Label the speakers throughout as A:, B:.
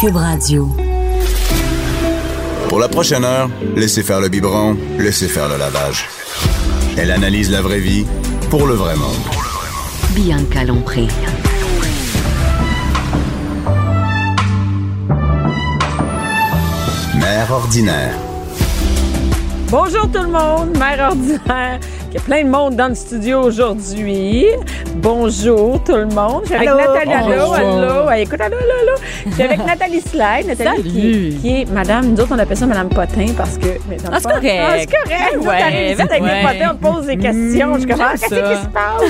A: Cube Radio.
B: Pour la prochaine heure, laissez faire le biberon, laissez faire le lavage. Elle analyse la vraie vie pour le vrai monde.
A: Bianca Lompré.
B: Mère ordinaire.
C: Bonjour tout le monde, mère ordinaire. Il y a plein de monde dans le studio aujourd'hui. Bonjour tout le monde. Je suis avec
D: Allô.
C: Nathalie. Allô,
D: Bonjour.
C: allô. Ouais, Écoute, allô, allô, allô. Je suis avec Nathalie Slide. Nathalie qui,
D: Salut.
C: qui est madame, nous autres, on appelle ça madame Potin parce que. mais dans le
D: Ah, c'est
C: fond-
D: correct.
C: Ah, c'est correct. Nous,
D: Ouais,
C: t'arrives ici avec
D: ouais.
C: des
D: Mm,
C: potins, on te pose des questions. je commence.
D: j'aime
C: Qu'est-ce qui
D: ça.
C: se passe?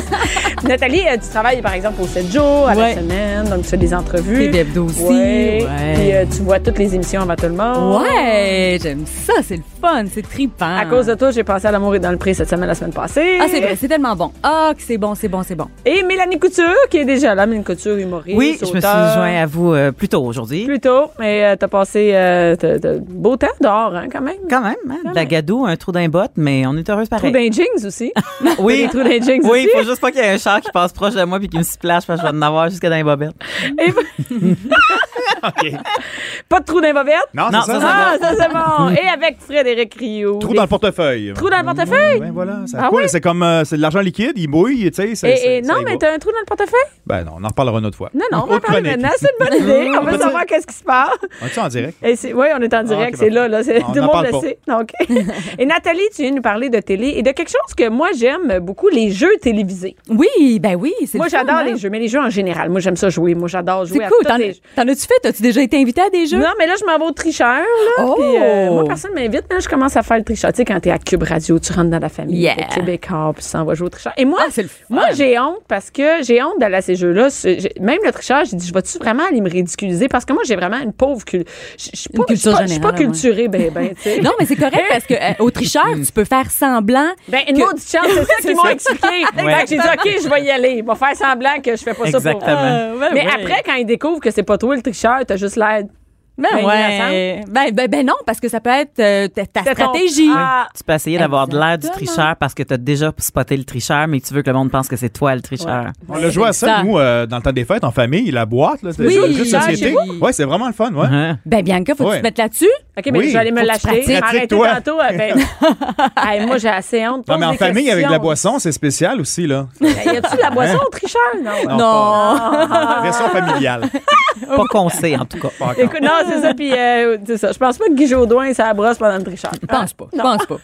C: Nathalie, euh, tu travailles par exemple au 7 jours, à
D: Ouais.
C: la semaine, donc tu fais des entrevues.
D: Tes d'hebdo aussi,
C: Ouais.
D: ouais.
C: Puis euh, tu vois toutes les émissions avant tout le monde.
D: Ouais, j'aime ça, c'est le fun, c'est trippant.
E: Ah.
C: À cause de toi, j'ai pensé à l'amour et dans le prix cette semaine, la semaine passée.
D: Ah, c'est vrai, c'est tellement bon. Ah, que c'est bon, c'est bon, c'est bon.
C: Et Mélanie Couture, qui est déjà là, Mélanie Couture, humoriste.
E: Oui, je me suis
C: auteure.
E: joint à vous euh, plus tôt aujourd'hui.
C: Plus tôt, mais euh, t'as passé euh, t'as- t'as beau temps dehors, hein, quand même.
E: Quand même, hein, de la gadoue, un trou d'un botte, mais on est heureuse
C: Trou
E: pareil.
C: d'un jeans aussi.
E: oui,
C: des trous d'un jeans
E: Oui,
C: aussi.
E: faut juste pas qu'il y ait un char qui passe proche de moi puis qui me splash parce que je vais en avoir jusqu'à dans les bobettes.
C: Et- Pas de trou dans les bobettes.
F: Non,
E: Non,
F: c'est ça.
E: ça,
F: ça.
C: Ah, ça c'est bon. Et avec Frédéric Rio.
F: Trou dans le portefeuille.
C: Trou dans le portefeuille?
F: Ben voilà, ça
C: Ah
F: coule.
C: oui?
F: C'est comme euh, c'est de l'argent liquide, il mouille, tu sais. c'est-
C: Et-
F: c'est-
C: et
F: ça
C: non,
F: y
C: mais
F: va.
C: t'as un trou dans le portefeuille?
F: Ben non, on en reparlera une autre fois.
C: Non, non, on va en
F: Autre
C: parler
F: chronique.
C: maintenant. C'est une bonne idée. On
F: On
C: veut
F: peut
C: savoir
F: dire-
C: qu'est-ce qui se passe.
F: On est en direct?
C: Et c'est- oui, on est en direct,
F: Ah, ok,
C: c'est là, là
F: parfait.
C: c'est-
F: On
C: tout le
F: en
C: monde
F: parle
C: le
F: pas.
C: sait. Donc, et Nathalie, tu viens de nous parler de télé et de quelque chose que moi j'aime beaucoup, les jeux télévisés.
D: Oui, ben oui, c'est
C: Moi
D: le fun,
C: j'adore
D: hein.
C: les jeux, mais les jeux en général, moi j'aime ça jouer. Moi j'adore jouer
D: C'est
C: à
D: cool.
C: tous
D: T'en,
C: les jeux.
D: t'en as-tu fait? As-tu déjà été invité à des jeux?
C: Non, mais là, je m'en vais au tricheur. Là,
D: Oh!
C: puis, euh, moi, personne ne m'invite. mais là, je commence à faire le tricheur. Tu sais, quand t'es à Cube Radio, tu rentres dans la famille
D: Yeah.
C: des Québécois, puis tu s'en vas jouer au tricheur. Et moi,
D: Ah, c'est le fun.
C: moi j'ai honte parce que j'ai honte d'aller à ces jeux-là. C'est- j'ai- Même le tricheur, j'ai dit, je vais-tu vraiment aller me ridiculiser? Parce que moi, j'ai vraiment une pauvre culture. Je suis pas,
D: Une culture
C: je suis pas- je suis pas
D: générale, ouais.
C: culturée, ben, ben, tu sais.
D: Non, mais c'est correct parce que euh, au tricheur, tu peux faire semblant.
C: Ben, une
D: que-
C: maudite chance, c'est ça qu'ils m'ont
D: ça.
C: expliqué. Fait que j'ai dit, OK, je vais y aller. Ils vont faire semblant que je fais pas ça pour
E: Exactement.
C: eux. Mais après, quand ils découvrent que c'est pas toi le tricheur, t'as juste l'air.
D: Ben,
C: Ben,
D: ouais. ben, ben, ben non, parce que ça peut être euh, ta, ta
C: C'est ton-
D: stratégie.
C: Ah,
E: Tu peux essayer d'avoir de l'air du
D: Exactement.
E: tricheur parce que t'as déjà spoté le tricheur, mais tu veux que le monde pense que c'est toi le tricheur.
F: On a joué à ça,
D: Ça.
F: nous, euh, dans le temps des fêtes, en famille, la boîte, là, c'était
D: Oui,
F: le jeu de
D: ah,
F: société.
D: j'ai-
F: Ouais, c'est vraiment le fun, ouais.
E: Hein?
D: Ben, Bianca, faut que
F: Ouais.
D: tu te mettes là-dessus.
C: OK, mais
F: Oui,
C: je vais aller me
D: faut que tu
C: l'acheter.
D: pratiques.
C: Arrêtez
F: Pratique-toi.
C: tantôt. euh, Ben, hey, moi, j'ai assez honte.
F: Non,
C: Pose
F: mais en
C: des
F: famille, avec de la
C: questions.
F: boisson, c'est spécial aussi, là.
C: Ben, Y a-tu de la boisson au tricheur? Non.
F: Non. pas- Version familiale.
E: Pas qu'on sait, en tout cas.
F: Pas encore.
C: Écoute, non, c'est ça. Puis, euh, c'est ça. Je pense pas que Guy Jodoin, ça brosse pendant le tricheur.
D: Je pense pas. Je pense
C: Ah,
D: pas.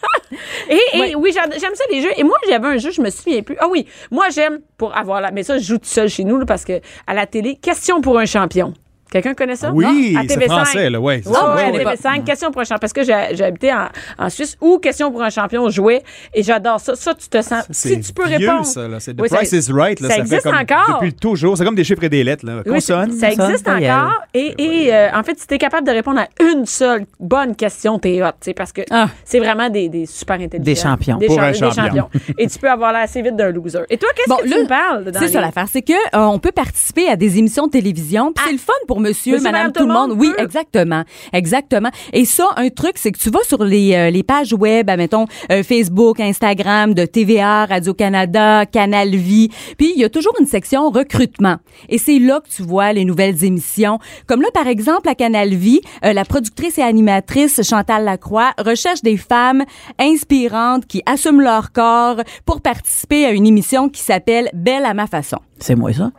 C: Et, et oui, j'ad- j'aime ça les jeux. Et moi, j'avais un jeu, je me souviens plus. Ah oui, moi j'aime pour avoir la. Mais ça, je joue tout seul chez nous là, parce que à la télé, question pour un champion. Quelqu'un connaît ça?
F: Oui,
C: Non? À
F: c'est
C: TV5.
F: français, là, ouais, c'est
C: Ouais,
F: ça.
C: ouais,
D: Ouais,
C: à
D: ouais.
C: TV5, question pour un champion. Parce que j'ai j'ai habité en, en Suisse où question pour un champion jouait et j'adore ça. Ça, tu te sens.
F: C'est
C: Si tu peux
F: vieux,
C: répondre.
F: ça, là. C'est The
C: Oui, ça-
F: Price is Right. Là.
C: ça
F: fait
C: existe
F: comme
C: encore.
F: Depuis toujours. C'est comme des chiffres et des lettres. Là.
C: Oui,
F: Consonne.
C: ça
E: consonne,
C: existe
E: voyelle.
C: encore.
D: Ben
C: Et, et, euh, en fait, si t'es capable de répondre à une seule bonne question, t'es hot, tu sais, parce que
D: Ah.
C: c'est vraiment des, des super intelligents.
E: Des champions.
C: Des,
F: Pour un
C: des
F: champion.
C: champions. et tu peux avoir l'air assez vite d'un loser. Et toi, qu'est-ce
D: Bon,
C: que
D: là,
C: tu me parles? dans
D: C'est ça
C: les-
D: l'affaire, c'est que euh, on peut participer à des émissions de télévision, puis c'est le fun pour Ah. monsieur,
C: Monsieur,
D: madame,
C: madame,
D: tout le monde. Oui,
C: peut.
D: exactement. Exactement. Et ça un truc c'est que tu vas sur les euh, les pages web, admettons euh, Facebook, Instagram de TVA, Radio-Canada, Canal Vie, puis il y a toujours une section recrutement. Et c'est là que tu vois les nouvelles émissions. Comme là par exemple à Canal Vie, euh, la productrice et animatrice Chantal Lacroix recherche des femmes inspirantes qui assument leur corps pour participer à une émission qui s'appelle Belle à ma façon.
E: C'est moi, ça.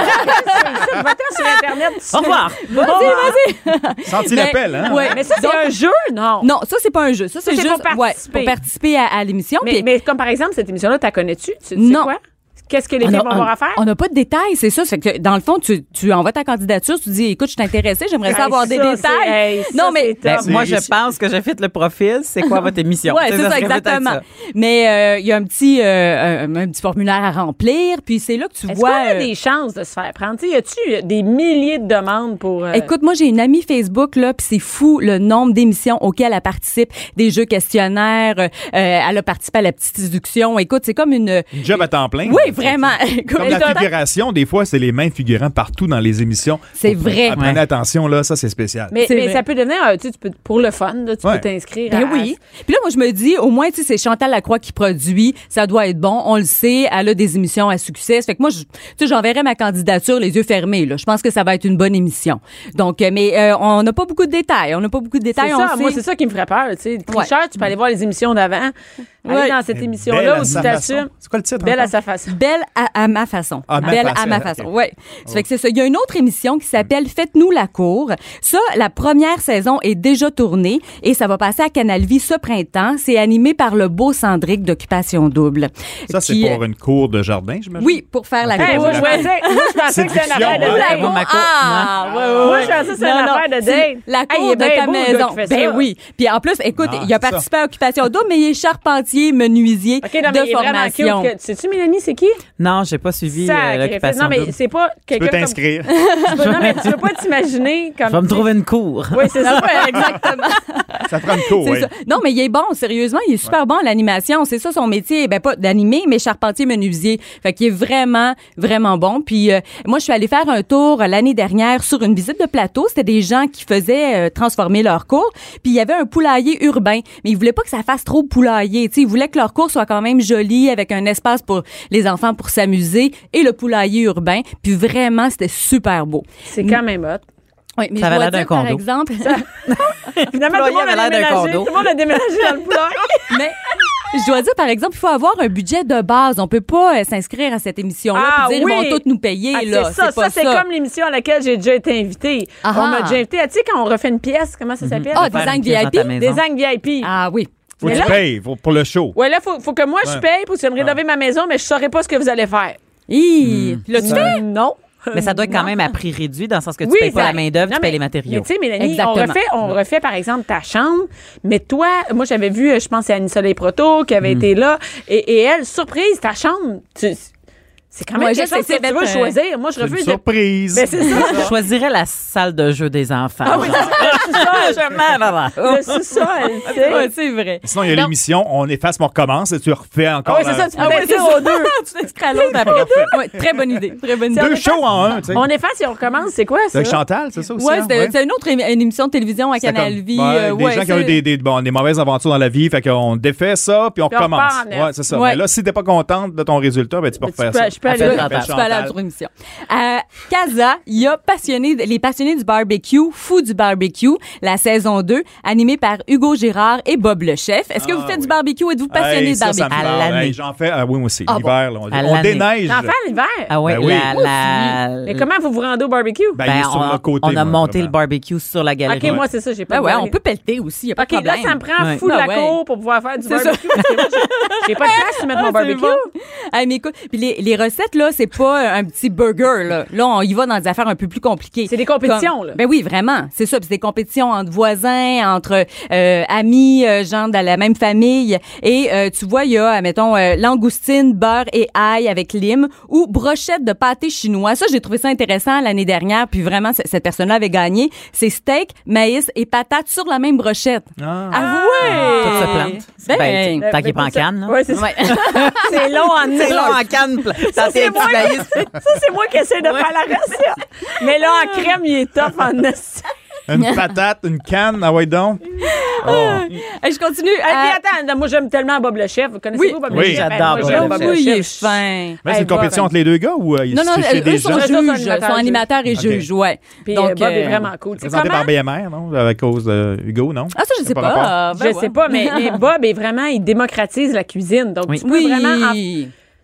C: Va-t'en sur Internet. tu-
D: Oh,
E: Au revoir.
C: Ah,
D: Vas-y,
F: Senti
D: Ben,
F: l'appel, hein?
D: ouais.
C: Mais ça, c'est
D: oh. Donc-
C: un jeu, non?
D: Non, ça c'est pas un jeu, ça c'est
C: c'est
D: juste
C: pour participer.
D: ouais, pour participer à, à l'émission.
C: Mais,
D: puis-
C: mais comme par exemple, cette émission-là, t'as connais-tu? Tu sais
D: Non.
C: quoi? Qu'est-ce que les
D: on
C: gens
D: a-
C: vont avoir à faire?
D: on n'a pas de détails, c'est ça. Ça Fait que dans le fond, tu, tu envoies ta candidature, tu dis, écoute, je suis intéressée, j'aimerais
C: Hey,
D: ça avoir des
C: ça,
D: détails.
C: c'est- hey, ça,
D: non, mais
C: c'est top.
E: Ben, moi, je
F: ici.
E: pense que j'ai fait le profil. C'est quoi votre émission?
D: Ouais,
E: Tu sais,
D: c'est ça,
E: serait peut-être
D: exactement.
E: ça.
D: Mais euh, il y a un petit, euh, un, un petit formulaire à remplir, puis c'est là que tu
C: Est-ce
D: vois.
C: qu'on a
D: euh,
C: des chances de se faire prendre? Tu sais, y a-tu euh, des milliers de demandes pour. euh,
D: Écoute, moi j'ai une amie Facebook là, puis c'est fou le nombre d'émissions auxquelles elle participe, des euh, jeux questionnaires, euh, elle a participé à la petite séduction. Écoute, c'est comme une
F: Une job à temps plein.
D: Oui, Vraiment.
F: Comme
D: Écoute,
F: la figuration, des fois, c'est les mêmes figurants partout dans les émissions.
D: C'est
F: Faut-
D: vrai.
F: ah, Prenez
E: Ouais.
F: attention, là, ça, c'est spécial.
C: Mais,
D: C'est
C: mais
D: vrai.
C: ça peut devenir, euh, tu sais, tu peux, pour le fun, là, tu
F: Ouais.
C: peux t'inscrire.
D: Ben
C: à-
D: oui. Puis là, moi, je me dis, au moins, tu sais, c'est Chantal Lacroix qui produit. Ça doit être bon. On le sait. Elle a des émissions à succès. Ça Fait que moi, je- tu sais, j'enverrai ma candidature les yeux fermés, là. Je pense que ça va être une bonne émission. Donc, euh, mais euh, on n'a pas beaucoup de détails. On n'a pas beaucoup de
C: C'est
D: détails. on
C: ça,
D: sait-
C: moi, c'est ça qui me ferait peur. Tu sais, Le
D: Ouais.
C: tricheur, tu peux aller voir les émissions d'avant.
D: Ouais.
C: Aller dans cette
F: Mais belle
C: émission-là
F: à
C: où tu
F: sa
C: t'assumes.
F: façon. C'est quoi le titre
C: Belle à
F: encore?
C: sa façon.
D: Belle à, à ma façon.
F: À ma
D: Belle
F: façon,
D: à ma
F: ok. Mm-hmm.
D: façon. Ouais. Ça fait que c'est ça. Il y a une autre émission qui s'appelle Faites-nous la cour. Ça, la première saison est déjà tournée et ça va passer à Canal Vie ce printemps. C'est animé par le beau Cendric d'Occupation Double.
F: Ça, c'est
D: Qui-
C: euh,
D: euh,
F: pour une cour de jardin, j'imagine?
D: Oui, pour faire la
C: Hey,
D: cour.
C: moi, je pensais, moi, je pensais que c'était une
F: Séduction,
C: affaire de
F: hein?
C: date.
E: Bon, ma cour.
D: Ah, ouais, ouais,
C: Moi,
D: ouais.
C: je pensais que c'était
D: Non,
C: une
D: non,
C: affaire de
D: c'est
C: date.
D: La
C: Hey, il
D: cour
C: est
D: de
C: bien
D: ta
C: beau, le gars
D: maison.
C: qui fait ça,
D: Ben
C: là.
D: oui. Puis en plus, écoute,
F: Ah,
D: il a
F: c'est ça.
D: participé à Occupation d'eau, mais il est charpentier, menuisier
C: OK, non,
D: de
C: mais il est vraiment
D: formation.
C: cute. que- Sais-tu, Mélanie, c'est qui?
E: Non, j'ai pas suivi euh,
C: Sacré.
E: l'occupation.
C: Non, mais
E: double.
C: c'est pas
F: Tu
C: quelqu'un
F: peux
C: comme...
F: t'inscrire.
C: tu peux- Non, mais tu peux pas t'imaginer comme...
E: Je vais me trouver une cour.
C: Oui, c'est ça.
D: Exactement.
F: ça prend une cour,
D: C'est
F: oui.
D: ça. Non, mais il est bon, sérieusement, il est super bon à l'animation. C'est ça son métier, ben pas d'animer, mais charpentier menuisier. Fait qu'il est vraiment, vraiment bon. Puis euh, moi, je suis allée faire un tour euh, l'année dernière sur une visite de plateau. C'était des gens qui faisaient euh, transformer leur cours. Puis il y avait un poulailler urbain, mais ils voulaient pas que ça fasse trop poulailler. Tu sais, ils voulaient que leur cours soit quand même joli, avec un espace pour les enfants pour s'amuser et le poulailler urbain. Puis vraiment, c'était super beau.
C: C'est quand même hot.
D: Oui, mais
E: Ça
D: je
E: avait
D: dois
E: l'air
D: dire,
E: d'un
D: par
E: condo.
D: exemple.
C: Finalement, tout le monde
E: Employé
C: a
E: avait l'air d'un
C: déménagé. Tout
E: condo.
C: le monde a déménagé dans le bloc.
D: Mais je dois dire, par exemple, il faut avoir un budget de base. On peut pas euh, s'inscrire à cette émission-là
C: Ah
D: puis dire
C: oui.
D: ils vont tous nous payer.
C: Ah,
D: là.
C: c'est ça,
D: pas
C: ça c'est comme l'émission à laquelle j'ai déjà été invitée.
D: Ah
C: On
D: ah.
C: m'a déjà invitée. Ah, Tu sais, quand on refait une pièce, comment
F: Mhm.
C: ça s'appelle?
D: Ah,
E: Faire
D: design
E: une pièce dans
D: VIP,
E: ta maison.
C: Design VIP.
D: Ah oui.
F: Faut
C: Mais
F: que
C: là-
F: tu payes faut- pour le show.
C: Ouais, là, faut, faut que moi, je
F: Ouais.
C: paye pour se me rénover ma maison, mais je saurais pas ce que vous allez faire.
D: Hi.
F: Hmm.
D: Puis là, tu fais-
C: Hum, Non.
E: Mais ça doit être quand même à prix réduit dans le sens que tu
C: Oui,
E: payes pas la
C: exact.
E: main-d'œuvre,
C: Non,
E: tu payes
C: mais-
E: les matériaux.
C: Mais tu sais, Mélanie, on
D: Exactement.
C: refait, on refait, par exemple, ta chambre. Mais toi, moi, j'avais vu, euh, je pense, c'est Annie Soleil Proto qui avait été là. Et, et elle, surprise, ta chambre, tu- c'est quand même
D: Ouais,
C: quelque
D: je sais,
C: chose
D: c'est
C: que tu
D: bête,
C: veux
D: euh,
C: choisir. Moi, je
F: C'est une
C: refuse de...
F: surprise.
C: Mais c'est ça.
E: Je choisirais la salle de jeu des enfants.
C: Ah oui,
E: genre.
C: le sous-sol. Le sous-sol, tu sais.
D: Ouais, c'est vrai.
F: Sinon, il y a l'émission, on efface, mais on recommence et tu refais
C: Ah
F: encore euh,
C: oui, c'est ça,
F: la-
C: tu peux t'inscrire aux deux.
D: tu t'inscris à l'autre après. Ouais, très bonne idée. Très bonne idée.
F: deux shows en un. tu sais.
C: On efface et on recommence, c'est quoi ça?
F: Avec Chantal, c'est ça aussi?
D: Ouais,
F: hein?
D: c'était c'était une autre émi- une émission de télévision à
F: C'était
D: Canal
F: comme-
D: Vie.
F: ouais,
D: euh,
F: des
D: ouais,
F: gens qui ont
D: c'est-
F: eu des, des- bon, des mauvaises aventures dans la vie, fait qu'on défait ça, puis on
C: Puis on repart
F: recommence.
C: en neuf.
F: Ouais, c'est ça.
D: Ouais.
F: Mais là, si t'es pas contente de ton résultat, ben, tu peux
C: Mais tu
F: refaire
C: peux-
F: ça.
C: je peux aller-
D: Ouais,
F: Appelle- appelle
D: tu peux aller à
F: Chantal.
D: l'autre émission. À Euh, Casa, il y a passionné, les passionnés du barbecue, fous du barbecue, la saison 2, animée par Hugo Girard et Bob le chef. Est-ce que vous faites du barbecue? Êtes-vous passionné
F: Ah Hey,
D: de
F: ça, ça me
D: barbecue?
E: À
F: parle.
E: l'année.
F: Hey, J'en fais, ah oui, moi aussi.
D: Ah bon.
F: L'hiver, là, on-
E: À
F: on,
E: l'année.
F: dénéige.
C: T'en fais à l'hiver.
E: Ah oui,
F: Ben oui.
E: la-
F: Moi
E: la-
C: Mais comment vous vous rendez au barbecue?
F: Ben, il est
E: Ben,
F: sur
E: on,
F: le côté,
E: on a
F: moi,
E: monté
F: vraiment.
E: le barbecue sur la galerie.
C: OK, moi, c'est ça, j'ai pas
D: Ben
C: de
D: ouais, on
C: barbecue.
D: peut pelleter aussi, y a pas
C: OK,
D: de
C: là,
D: problème.
C: ça me prend
E: Ouais.
C: fou de la
D: Ben ouais.
C: cour pour pouvoir faire du
D: C'est ça.
C: barbecue. parce que moi, j'ai- J'ai pas de place pour mettre mon
D: Ah, c'est
C: barbecue.
D: bon. Ah, mais écoute, puis les, les recettes, là, c'est pas euh, un petit burger, là. Là, on y va dans des affaires un peu plus compliquées.
C: C'est des compétitions, là.
D: Ben oui, vraiment. C'est ça. Puis c'est des compétitions entre voisins, entre euh, amis, euh, gens de la même famille. Et euh, tu vois, il y a, mettons, euh, langoustine, beurre et ail avec lime ou brochette de pâté chinois. Ça, j'ai trouvé ça intéressant l'année dernière. Puis vraiment, c- cette personne-là avait gagné. C'est steak, maïs et patates sur la même brochette.
F: Ah.
D: Ah ouais!
E: Tout se plante.
D: Ben,
E: Ben,
C: Euh,
E: tant qu'il
C: ben,
E: n'est pas en
C: ça-
E: canne. là.
C: Ouais, c'est ça.
D: Ouais.
C: C'est long en
E: C'est
C: nez.
E: là en canne. pla- Ça,
C: c'est
E: c'est
C: moi. Ça, c'est moi qui essaie de faire la recette. Mais là, en crème, il est top en esti.
F: Une patate, une canne, ah ouais donc.
D: Hey, je continue. Euh,
C: Hey, puis
D: à-
C: attends, non, moi, j'aime tellement Bob le Chef. Vous connaissez-vous Bob le
F: Oui,
C: Chef? Ben,
E: j'adore
C: moi,
E: Bob
C: j'aime
E: le
D: Ah
E: Chef.
D: oui, il est
C: Chef.
D: fin.
F: Mais c'est
C: Hey,
F: une compétition
C: Bob.
F: entre les deux gars ou euh,
D: Non, non,
F: c'est chez
D: eux
F: des
D: sont
F: gens?
C: Eux sont
D: juges,
C: animateurs
D: sont
C: et
D: animateurs et
F: juges.
D: juges, ouais.
C: Puis euh, Bob est
D: euh,
C: vraiment cool. Tu sais
F: Présenté
C: comment?
F: par BMR, non? À cause de Hugo, non?
D: Ah, ça, je
F: Ça
D: sais
F: par rapport.
D: pas.
C: Je sais pas, mais, mais Bob est vraiment, il démocratise la cuisine. Donc,
E: Oui.
C: tu peux
D: Oui.
C: vraiment. en-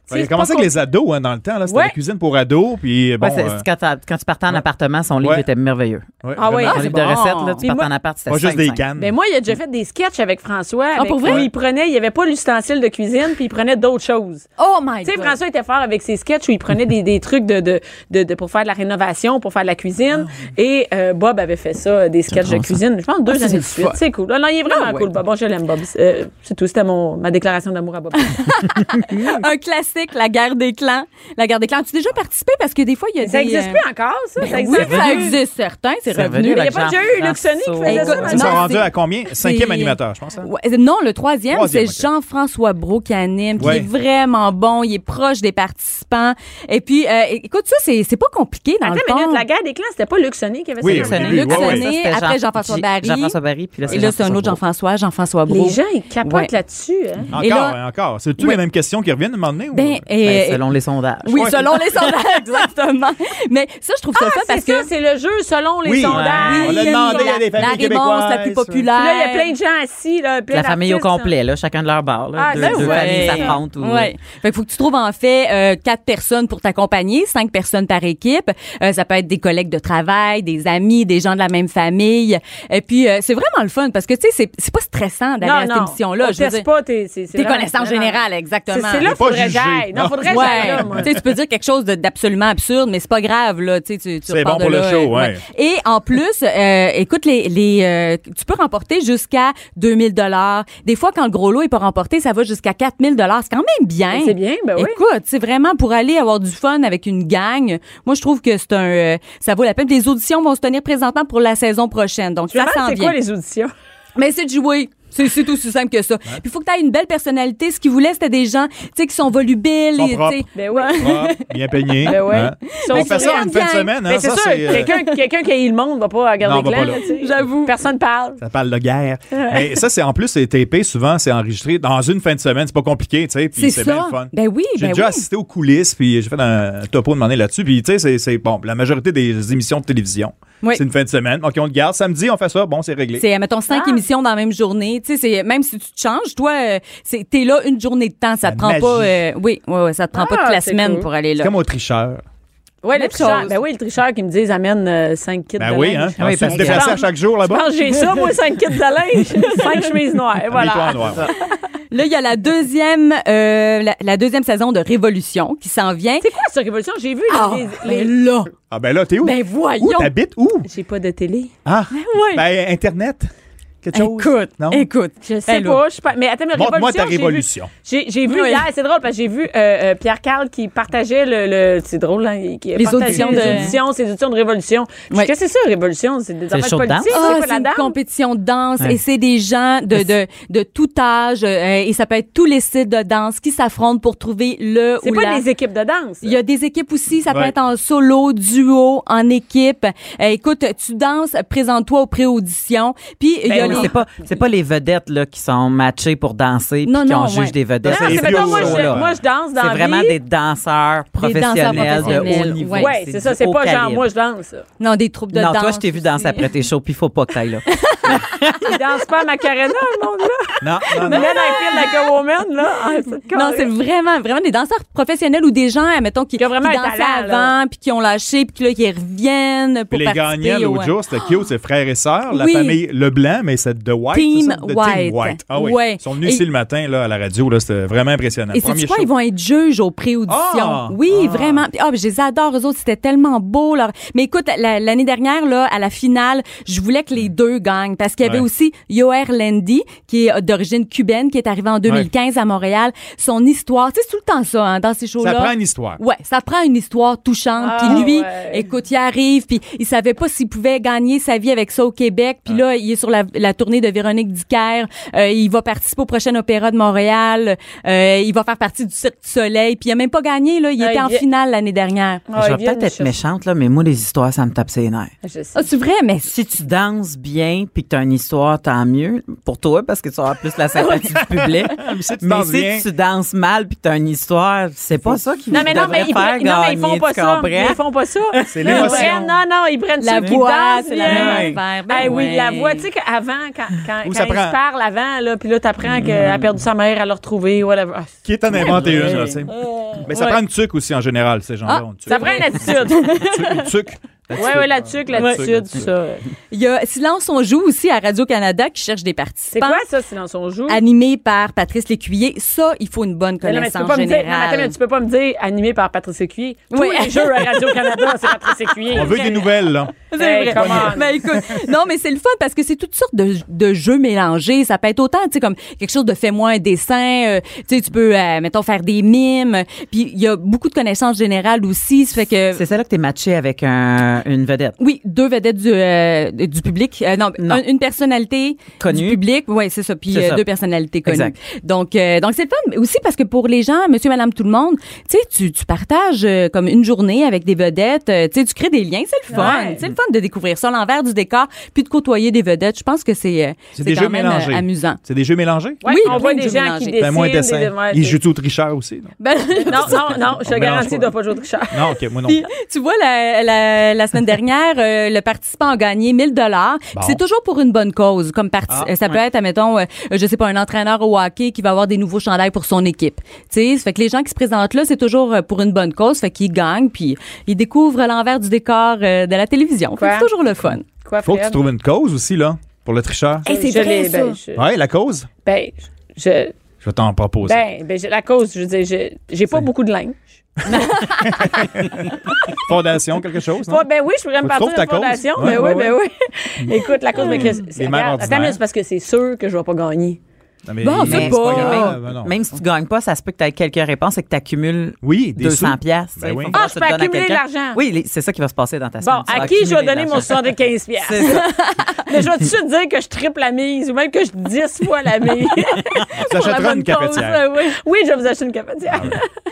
C: tu
D: Oui.
C: sais,
F: il
C: c'est
F: a commencé
C: pas
F: avec les ados hein, dans le temps. là. C'était
C: Ouais.
F: la cuisine pour ados. Puis, bon,
E: Ouais, c'est-
F: euh,
E: c'est quand, t'as- quand tu partais en appartement, son livre
F: Ouais.
E: était merveilleux.
F: ouais,
C: Ah ouais,
F: vraiment,
E: Son
D: c'est
E: livre
D: bon.
E: de recettes, là, tu
D: Puis
E: partais
C: moi-
E: en appart, c'était
F: Pas juste
E: cinq,
F: des
E: cinq.
F: cannes.
C: Mais Ben, moi, il a déjà fait des sketchs avec François. avec-
D: Ah, pour vrai?
C: Oui, il prenait, il n'y avait pas l'ustensile de cuisine, puis il prenait d'autres choses.
D: Oh my
C: Tu sais,
D: God.
C: François était fort avec ses sketchs où il prenait des, des trucs de, de, de, de- pour faire de la rénovation, pour faire de la cuisine. Et euh, Bob avait fait ça, euh, des sketchs de
E: drôle, ça.
C: cuisine, je pense, deux
D: Ah, ça,
C: années de
D: c'est
C: suite.
D: fun.
C: C'est cool. Non, non, il est vraiment
D: Ah ouais.
C: cool, Bob. Bon, je l'aime, Bob. Euh, c'est tout. C'était mon, ma déclaration d'amour à Bob.
D: Un classique fantastique, la guerre des clans. La guerre des clans. As-tu déjà participé? Parce que des fois, il y a
C: Ça
D: des...
C: n'existe
D: euh,
C: plus encore, ça? ça
D: Oui,
C: existe
D: ça existe, certain, c'est
E: C'est
D: revenu.
C: Il n'y a pas déjà eu Luxonné qui faisait ça?
D: Écoute,
C: dans
F: Ils
C: le
F: sont
D: non,
F: rendus
D: c'est-
F: à combien? Cinquième
D: c'est-
F: animateur, je pense. hein?
D: Ouais, euh, non, le troisième,
F: Troisième,
D: c'est
F: ok.
D: Jean-François Brault qui anime, qui
F: Ouais.
D: est vraiment bon, il est proche des participants. Et puis, euh, écoute, ça, c'est c'est pas compliqué dans
C: Attends,
D: le
C: mais
D: fond.
C: la guerre des clans, c'était pas Luc Sonny qui avait
F: Oui,
C: ça?
F: au
C: dans le
F: début,
D: Luc
F: ouais, ouais.
D: Sonné, après Jean-François Barry.
E: Jean-François Barry, puis là, c'est
D: Et là, c'est un autre
E: Jean-François
D: Jean-François, Jean-François
C: temps?
D: Brault.
C: Les gens, ils capotent
D: Ouais.
C: là-dessus. Hein?
F: Encore,
D: Et là-
F: hein, encore. C'est toutes
D: Ouais.
F: les mêmes questions qui reviennent à un moment donné? ou-
D: Ben,
E: Barry.
D: et-
E: Ben, selon les sondages.
D: oui,
F: Ouais.
D: selon les sondages, exactement. Mais ça, je trouve ça le fun
C: Ah, C'est
D: parce
C: ça,
D: que Ah,
C: c'est le jeu selon les
F: Oui.
C: sondages.
F: On l'a
D: Oui,
F: demandé
D: la,
F: à des familles
D: la réponse
F: québécoises.
D: la plus
F: Ouais.
D: populaire.
C: Puis là, il y a plein de gens assis. Là, plein
E: La famille au
C: d'artistes, hein.
E: complet, là, chacun de leur bar. Là,
C: Ah,
E: deux
C: ben
E: deux
C: oui.
E: familles s'affrontent. ou-
D: Ouais. Fait que faut que tu trouves en fait euh, quatre personnes pour t'accompagner, cinq personnes par équipe. Euh, ça peut être des collègues de travail, des amis, des gens de la même famille. Et puis euh, c'est vraiment le fun parce que tu sais c'est c'est pas stressant d'aller
C: Non,
D: à cette
C: non,
D: émission là,
C: on
D: je veux
C: teste
D: dire.
C: pas tes, c'est- c'est
D: Tes
C: vraiment-
D: connaissances
C: non, non.
D: générales
C: C'est
D: exactement.
C: c'est là
F: Mais
C: qu'il faudrait
F: pas
C: que
F: juger.
C: j'aille. Non,
F: Non.
C: faudrait que j'aille là, moi.
D: Ouais. Tu sais, tu peux dire quelque chose de- d'absolument absurde, mais c'est pas grave là. Tu sais, tu, tu
F: C'est
D: repars
F: bon
D: de
F: pour le
D: là,
F: show,
D: euh,
F: ouais.
D: Et en plus, euh, écoute, les, les euh, tu peux remporter jusqu'à 2000 dollars. Des fois, quand le gros lot est pas remporté, ça va jusqu'à 4000 dollars. C'est quand même bien.
C: C'est bien, ben oui.
D: Écoute, c'est vraiment pour aller avoir du fun avec une gang. Moi, je trouve que c'est un, euh, ça vaut la peine. Les auditions vont se tenir présentement pour la saison prochaine, donc
C: Je me
D: ça
C: demande
D: s'en
C: c'est
D: vient.
C: quoi les auditions?
D: Mais c'est de jouer. C'est c'est aussi simple que ça. Puis il faut que tu aies une belle personnalité. Ce qu'ils voulaient, c'était des gens, tu sais, qui sont volubiles.
F: Sont
D: et, tu
F: propres.
D: sais,
C: Ben oui.
F: Propre, Ah, bien peigné.
C: Ben ouais.
F: hein.
C: Sont
F: On fait ça en
C: souriantes,
F: une fin de
D: gang.
F: semaine.
C: Mais
F: hein,
C: Ben, c'est
F: ça,
C: sûr,
F: c'est, euh,
C: quelqu'un quelqu'un qui a eu le monde va pas
F: Non, on
C: regarder
F: va
C: clair.
F: pas là.
C: J'avoue. Personne parle.
F: Ça parle de guerre. Mais ça, c'est en plus, c'est tapé souvent, c'est enregistré dans une fin de semaine. C'est pas compliqué, tu sais. Puis
D: C'est
F: c'est
D: ça.
F: bien le fun.
D: Ben oui,
F: J'ai
D: ben
F: déjà
D: oui.
F: assisté aux coulisses, puis j'ai fait un topo demandé là-dessus. Puis, tu sais, c'est- c'est bon. La majorité des émissions de télévision,
D: Oui.
F: c'est une fin de semaine. OK, on le garde. Samedi, on fait ça. Bon, c'est réglé.
D: C'est, euh, mettons, cinq
C: Ah.
D: émissions dans la même journée. Tu sais, c'est- même si tu te changes, toi, euh, c'est, t'es là une journée de temps. Ça
F: La
D: te prend
F: magie.
D: pas, euh, oui, ouais, ouais, ça te prend pas toute
C: Ah,
D: la
C: c'est
D: semaine
C: cool.
D: pour aller
F: C'est
D: là.
F: comme au tricheur.
C: Ouais, le
D: Même
C: tricheur.
D: chose.
C: Ben oui, le tricheur qui me disent amène 5 kits
F: Ben
C: de
F: oui, hein.
C: linge.
E: Ah oui,
F: Ensuite,
E: parce
F: se
E: que-
F: déplacer à chaque
E: Ah
F: jour
C: Je
F: là-bas.
C: pense que j'ai ça, moi, 5 kits de linge, 5 chemises noires. Et
F: Habille-toi
C: Voilà.
F: en noir.
D: Là, il y a la deuxième, euh, la, la deuxième saison de Révolution qui s'en vient.
C: C'est quoi cette révolution? J'ai vu
D: Ah,
C: les-
D: mais
C: les-
D: là,
F: Ah, ben là, t'es où?
D: ben
F: où
D: voyons.
F: t'habites? Où?
C: J'ai pas de télé.
F: Ah,
D: oui.
F: ben Internet. Quelque chose.
D: Écoute,
F: non?
D: écoute.
C: Je sais
D: Ben là.
C: pas, je sais pas. Mais attends, mais
F: Montre-moi ta
C: révolution.
F: révolution.
C: j'ai vu- J'ai j'ai vu
D: Oui.
C: hier, c'est drôle parce que j'ai vu euh, euh, Pierre Carl qui partageait le, le- c'est drôle hein, qui
D: Les
C: partageait
D: auditions
C: les
D: de-
C: auditions, ces auditions de révolution. Je
D: Oui.
C: dis, Qu'est-ce que c'est ça révolution, c'est des
E: C'est le
C: affaires
E: show de
C: politiques,
E: danse?
C: c'est
D: Ah,
C: quoi
D: c'est
C: la
D: une
C: danse
D: compétition de danse
E: Ouais.
D: et c'est des gens de, de, de tout âge euh, et ça peut être tous les styles de danse qui s'affrontent pour trouver le
C: C'est
D: ou
C: pas
D: la...
C: des équipes de danse.
D: Il y a des équipes aussi, ça peut
F: Ouais.
D: être en solo, duo, en équipe. Euh, écoute, tu danses, présente-toi aux pré-auditions. Puis il y a
E: Ben oui,
D: les-
E: C'est pas, c'est pas les vedettes là, qui sont matchées pour danser puis
D: Non,
E: qu'on
D: non,
E: juge
D: ouais.
E: des vedettes.
F: Non,
E: C'est
C: c'est
F: c'est
E: plus
C: mettons,
F: au
C: moi,
E: haut,
F: show,
C: je,
E: là.
C: moi je danse dans
E: C'est
C: la
E: vraiment
C: vie.
E: des danseurs professionnels de haut
D: professionnels,
E: niveau.
D: ouais.
C: Ouais, c'est ça,
E: du
C: c'est
E: haut
C: pas genre
E: calibre.
C: moi je danse.
D: non, des troupes de
E: non,
D: danse.
E: toi, je t'ai vu danser après tes shows, puis faut pas que t'ailles là.
C: Ils dansent pas à Macarena, le monde là.
F: Non, non, non.
C: Mélanie Highfield, like a woman là. Ah, c'est
D: Non, c'est vraiment, vraiment des danseurs professionnels ou des gens, euh, mettons, qui,
C: Qui ont vraiment
D: qui
C: un
D: dansaient
C: talent, là.
D: avant, puis qui ont lâché, puis là, qui reviennent pour
F: Puis les
D: participer
F: gagnants l'autre
D: au-
F: jour, c'était cute, c'est frères et sœurs, la
D: Oui.
F: famille Leblanc, mais c'est The White.
D: Team
F: c'est ça? The
D: White.
F: Team White. Ah oui.
D: Ouais.
F: Ils sont venus
D: Et-
F: ici le matin là, à la radio, là, c'était vraiment impressionnant.
D: Et
F: Premier
D: c'est quoi,
F: show.
D: ils vont être juges aux pré-auditions.
F: Ah!
D: oui,
F: Ah!
D: vraiment. Puis, Ah, puis je les adore, eux autres, c'était tellement beau. Leur... Mais écoute, la- l'année dernière, là, à la finale, je voulais que les deux gagnent parce qu'il y avait
F: Ouais.
D: aussi Yoer Lendi, qui est euh, d'origine cubaine, qui est arrivé en 2015 à Montréal. Son histoire, tu sais, c'est tout le temps ça, hein, dans ces
F: Ça
D: shows-là.
F: prend une histoire.
D: Ouais, ça prend une histoire touchante.
C: Ah,
D: puis lui,
C: ouais.
D: écoute, il arrive, puis il savait pas s'il pouvait gagner sa vie avec ça au Québec. Puis là, il est sur la, la tournée de Véronique Dicker. Euh, il va participer au prochain Opéra de Montréal. Euh, il va faire partie du Cirque du Soleil. Puis il a même pas gagné, là. Il
C: Ah,
D: était
C: il
D: en
C: vient-
D: finale l'année dernière.
E: je vais
C: Oh,
E: peut-être être méchante, là, mais moi, les histoires, ça me tape ses nerfs.
C: Je Ah, sais.
D: Ah, c'est vrai, mais c'est-
E: Si tu danses bien puis que tu as une histoire, tant mieux pour toi parce que tu auras plus la sympathie du public.
F: Mais si tu
E: mais
F: danses
E: si
F: bien-
E: tu danses mal puis que tu as une histoire, c'est pas ça qui
C: Non, mais non, mais ils,
E: faire
C: prennent- non, mais ils font
E: gagner,
C: pas
E: tu
C: ça.
E: comprends?
C: Ils font pas ça.
F: C'est
C: Ils
F: l'émotion.
C: prennent- Non, non, ils prennent
D: la
C: ceux qui
D: voix,
C: dansent
D: c'est la
C: bien.
D: même affaire. Ben
C: Eh oui,
D: ouais.
C: la voix, tu sais qu'avant, quand, quand,
F: Ou
C: quand
F: ça
C: ils
F: prend-
C: se parlent avant, là, puis là, t'apprends qu'elle a perdu sa mère, à l'a retrouvée, whatever. Ah, c'est-
F: Qui t'en a inventé une, là, tu sais. Mais ça
C: Ouais.
D: Ah,
F: prend une tuque aussi en général, ces gens-là. ont une tuque.
C: Ça prend une attitude.
F: Une tuque, une tuque,
C: Oui, oui, la tuque, la
F: Ouais.
C: tuque, tout ça.
D: Il y a Silence on joue aussi à Radio-Canada qui cherche des
C: C'est
D: participants.
C: quoi ça, silence on joue?
D: Animé par Patrice Lécuyer. Ça, il faut une bonne
C: Mais non, Ben mais tu peux
D: connaissance
C: pas me dire, non, mais attends, mais
D: générale.
C: tu peux pas me dire animé par Patrice Écuyer. Tous
D: Oui.
C: les jeux à Radio-Canada, c'est Patrice Écuyer.
F: On veut des nouvelles, là.
D: C'est
C: Hey,
D: vrai.
C: come on.
D: Mais écoute, non, mais c'est le fun parce que c'est toutes sortes de, de jeux mélangés. Ça peut être autant, tu sais, comme quelque chose de fais-moi un dessin. euh, tu sais, tu peux, euh, mettons, faire des mimes. Puis il y a beaucoup de connaissances générales aussi. Ça fait que.
E: C'est celle-là que t'es matché avec un- une vedette.
D: Oui, deux vedettes du, euh, du public. Euh, non,
E: Non.
D: un- une personnalité
E: Connue.
D: du public. Oui, c'est ça. Puis
E: C'est
D: euh,
E: ça.
D: deux personnalités connues.
E: Exact.
D: Donc, euh, donc c'est le fun mais aussi parce que pour les gens, monsieur, madame, tout le monde, tu sais, tu, tu partages euh, comme une journée avec des vedettes. euh, tu sais, tu crées des liens. C'est le fun.
C: Ouais.
D: C'est le fun de découvrir ça, l'envers du décor, puis de côtoyer des vedettes. Je pense que c'est euh,
F: C'est des
D: quand
F: jeux
D: même, euh,
F: mélangés.
D: amusant.
F: C'est des jeux mélangés?
C: Ouais,
D: Oui,
C: on
D: plein
C: voit
D: de
C: des
D: jeux
C: gens
D: mélangés.
C: qui
F: Ben,
C: dessinent.
F: moi, un
C: des-
F: dessin.
C: ouais,
F: Il
C: c'est-
F: joue tout tricheur aussi. non?
D: Ben,
C: Non, non, non, je te
F: mélange
C: garantis,
F: pas.
C: il doit pas jouer au tricheur.
F: Non, OK, moi non.
D: Puis, tu vois, la, la, la semaine dernière, euh, le participant a gagné 1000 dollars.
F: Bon.
D: C'est toujours pour une bonne cause. Comme parti-
F: Ah,
D: euh, ça peut être, admettons, euh, je sais pas, un entraîneur au hockey qui va avoir des nouveaux chandails pour son équipe. Tu sais, ça fait que les gens qui se présentent là, c'est toujours euh, pour une bonne cause. Ça fait qu'ils gagnent, puis ils découvrent l'envers du décor euh, de la télévision. Fait que
C: Quoi?
D: C'est toujours le fun.
C: Quoi,
F: Faut que
C: Fred?
F: tu trouves une cause aussi, là, pour le tricheur.
D: Hey, c'est
C: Je
D: vrai,
C: l'ai-
D: ça.
C: Ben, je-
F: Ouais, la cause?
C: ben, je-
F: Je vais t'en proposer.
C: ben, ben, j'ai- la cause, je veux dire, j'ai- j'ai pas beaucoup de linge.
F: Fondation, quelque chose, non?
C: Pas- ben oui, je pourrais me
F: Faut que
C: partir de
F: tu trouves ta cause.
C: fondation.
F: Ouais,
C: ben
F: ouais,
C: oui, ben oui. Écoute, la cause, mais que c'est-
F: Les mères
C: regarde, Attends,
F: ordinaires.
C: mais c'est parce que c'est sûr que je vais pas gagner.
F: Non, mais-
D: Bon,
F: mais
D: c'est
F: c'est
D: pas-
C: Ah,
F: grave,
C: ben
F: Ah, non.
E: Même si tu gagnes pas, ça se peut que tu aies quelques réponses et que tu accumules
F: Oui, des
E: 200
F: sous.
E: piastres.
F: Ben oui.
C: Ah, je peux accumuler de l'argent.
E: Oui, les- c'est ça qui va se passer dans ta
C: Bon,
E: semaine. Tu vas
C: à qui je vais
E: accumuler
C: donner
E: de
C: mon
E: l'argent.
C: 75 piastres?
E: C'est ça.
C: Mais je vais tout de suite dire que je triple la mise ou même que je 10 fois la mise.
F: Ça
C: Pour la
F: achètera
C: bonne
F: une
C: cause,
F: cafetière. Ah
C: euh, oui. oui, je vais vous acheter une cafetière.
D: Euh,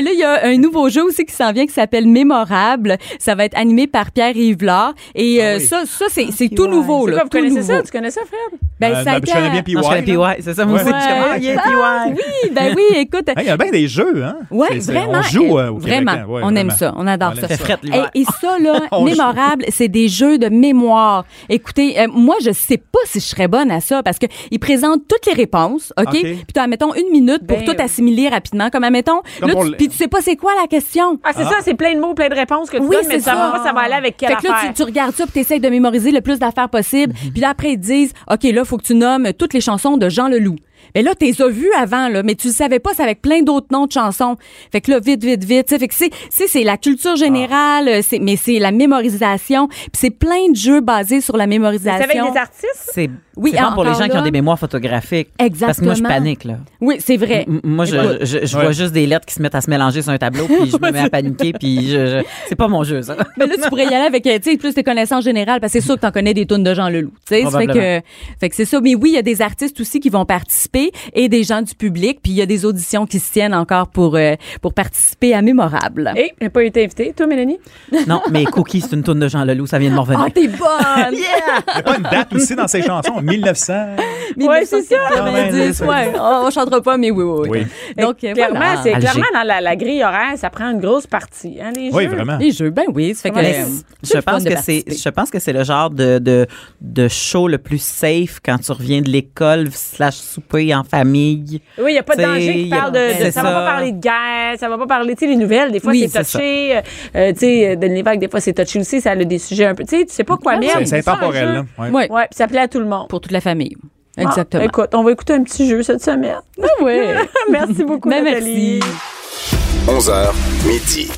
D: Là, il y a un nouveau jeu aussi qui s'en vient qui s'appelle Mémorable. Ça va être animé par Pierre Yvelard. Et euh,
F: Ah oui.
D: ça, ça c'est c'est
C: Ah,
D: tout nouveau.
C: C'est quoi,
D: là,
C: vous
D: Oh, tout
C: connaissez
D: nouveau.
C: ça? Tu connais ça, Fred?
D: Ben,
F: Euh,
D: ça a
F: ben,
D: été
F: je connais
D: à-
F: bien PY.
E: Non, je connais
F: là.
E: PY, c'est ça. Moi aussi,
F: Ouais.
E: je suis comme, ah, il y a PY.
D: Oui, ben oui, écoute.
F: Hey, Il y a bien des jeux, hein?
D: Ouais,
F: C'est- c'est-
D: vraiment.
F: On joue
D: euh,
F: euh, au Québec,
D: vraiment,
F: hein? Ouais,
D: on aime
F: vraiment.
D: ça, on adore
F: On
D: ça.
F: aime ça.
E: Fred l'hiver.
D: Et, et ça là,
F: On joue.
D: mémorable, c'est des jeux de mémoire. Écoutez, euh, moi je sais pas si je serais bonne à ça parce que ils présentent toutes les réponses, OK,
F: OK.
D: Puis tu mettons une minute pour
C: Ben
D: tout
C: oui.
D: assimiler rapidement comme admettons
F: Comme
D: là
F: pour
D: tu-
F: le-
D: puis tu sais pas c'est quoi la question.
C: Ah, c'est ça, c'est plein de mots, plein de réponses que tu
D: Oui,
C: donnes, mais
D: c'est
C: tu savais
D: ça.
C: pas ça va aller avec quelle
D: Fait que là,
C: affaire.
D: tu, tu regardes ça, puis t'essayes de mémoriser le plus d'affaires possible.
E: Mhm.
D: Puis là, après, ils te disent, OK, là, faut que tu nommes toutes les chansons de Jean Leloup. Mais là, t'es as vues avant, là, mais tu le savais pas, c'est avec plein d'autres noms de chansons. Fait que là, vite, vite, vite. tu sais. Fait que c'est, c'est, c'est la
E: Ah.
D: culture générale, euh, c'est, mais c'est la mémorisation. Puis c'est plein de jeux basés sur la mémorisation.
C: C'est avec des artistes?
E: C'est
D: Oui,
E: c'est bon pour les gens
D: encore
E: qui
D: là.
E: ont des mémoires photographiques. Parce que moi, je
D: Exactement. Eh.
E: panique, là.
D: Oui, c'est vrai.
E: M- Moi,
D: Écoute.
E: je, je, je
F: Ouais.
E: vois juste des lettres qui se mettent à se mélanger sur un tableau, puis je me mets à paniquer, puis je, je- c'est pas mon jeu, ça.
D: Mais là, tu pourrais y aller avec, euh, tu sais, plus tes connaissances générales, parce que c'est sûr que t'en connais des tunes de Jean Leloup. Tu sais, ça fait que,
E: Probablement.
D: fait que c'est ça. Mais oui, il y a des artistes aussi qui vont participer et des gens du public, puis il y a des auditions qui se tiennent encore pour, euh, pour participer à Mémorable.
C: Eh, j'ai pas été invitée. Toi, Mélanie?
E: Non, mais Cookie, c'est une tourne de Jean Leloup, ça vient de m'en
D: Ah,
E: revenir.
D: t'es bonne!
F: Il n'y a pas une date aussi dans ces chansons. 1900.
C: Ouais, c'est ça.
D: 1990,
F: Ah, ben,
D: ouais. Oh, On, on chantera pas, mais oui, oui, oui. Donc, euh,
C: Eh, clairement,
D: voilà.
C: c'est,
E: Alger.
C: clairement dans la, la grille horaire, ça prend une grosse partie. Hein, les
F: Oui,
C: jeux.
F: vraiment.
D: Les jeux, ben oui, ça fait que,
C: Mais
D: euh, c'est
E: Je
D: le fun
E: pense,
D: de
E: que c'est,
D: participer.
E: je pense que c'est le genre de, de, de show le plus safe quand tu reviens de l'école, slash souper en famille.
C: Oui, il n'y a pas de
E: T'sais,
C: danger qui
E: y a-
C: parle de. de-
E: c'est
C: ça ne va pas
E: ça.
C: parler de guerre, ça ne va pas parler. Tu sais, les nouvelles, des fois,
E: Oui,
C: c'est
E: c'est ça.
C: touché. Euh, tu sais, Denis Lévesque, des fois, c'est touché aussi. Ça a des sujets un peu. Tu sais, tu sais pas quoi
D: Ah,
C: mettre.
D: oui.
F: C'est- C'est
C: ça, un
F: intemporel,
C: jeu.
F: là. Ouais.
D: Ouais,
C: Ouais, puis ça plaît à tout le monde.
D: pour toute la famille.
C: Ah,
D: Exactement.
C: écoute, on va écouter un petit jeu cette semaine.
D: Ah ouais.
C: merci beaucoup,
D: Ben,
C: Nathalie.
D: merci.
B: 11h, midi.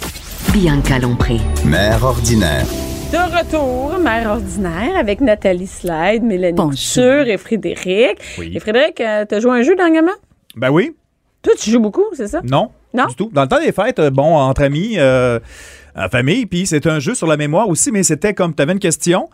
A: Bianca Lompré.
B: Mère ordinaire.
C: De retour, mère ordinaire, avec Nathalie Slide, Mélanie
D: Bonjour.
C: Couture et Frédéric.
F: Oui.
C: Et Frédéric, euh, t'as joué à un jeu dernièrement?
F: Ben oui.
C: Toi, tu joues beaucoup, c'est ça?
F: Non.
C: Non?
F: Du tout. Dans le temps des fêtes, euh, bon, entre amis, euh, en famille, puis c'était un jeu sur la mémoire aussi, mais c'était comme tu avais une question,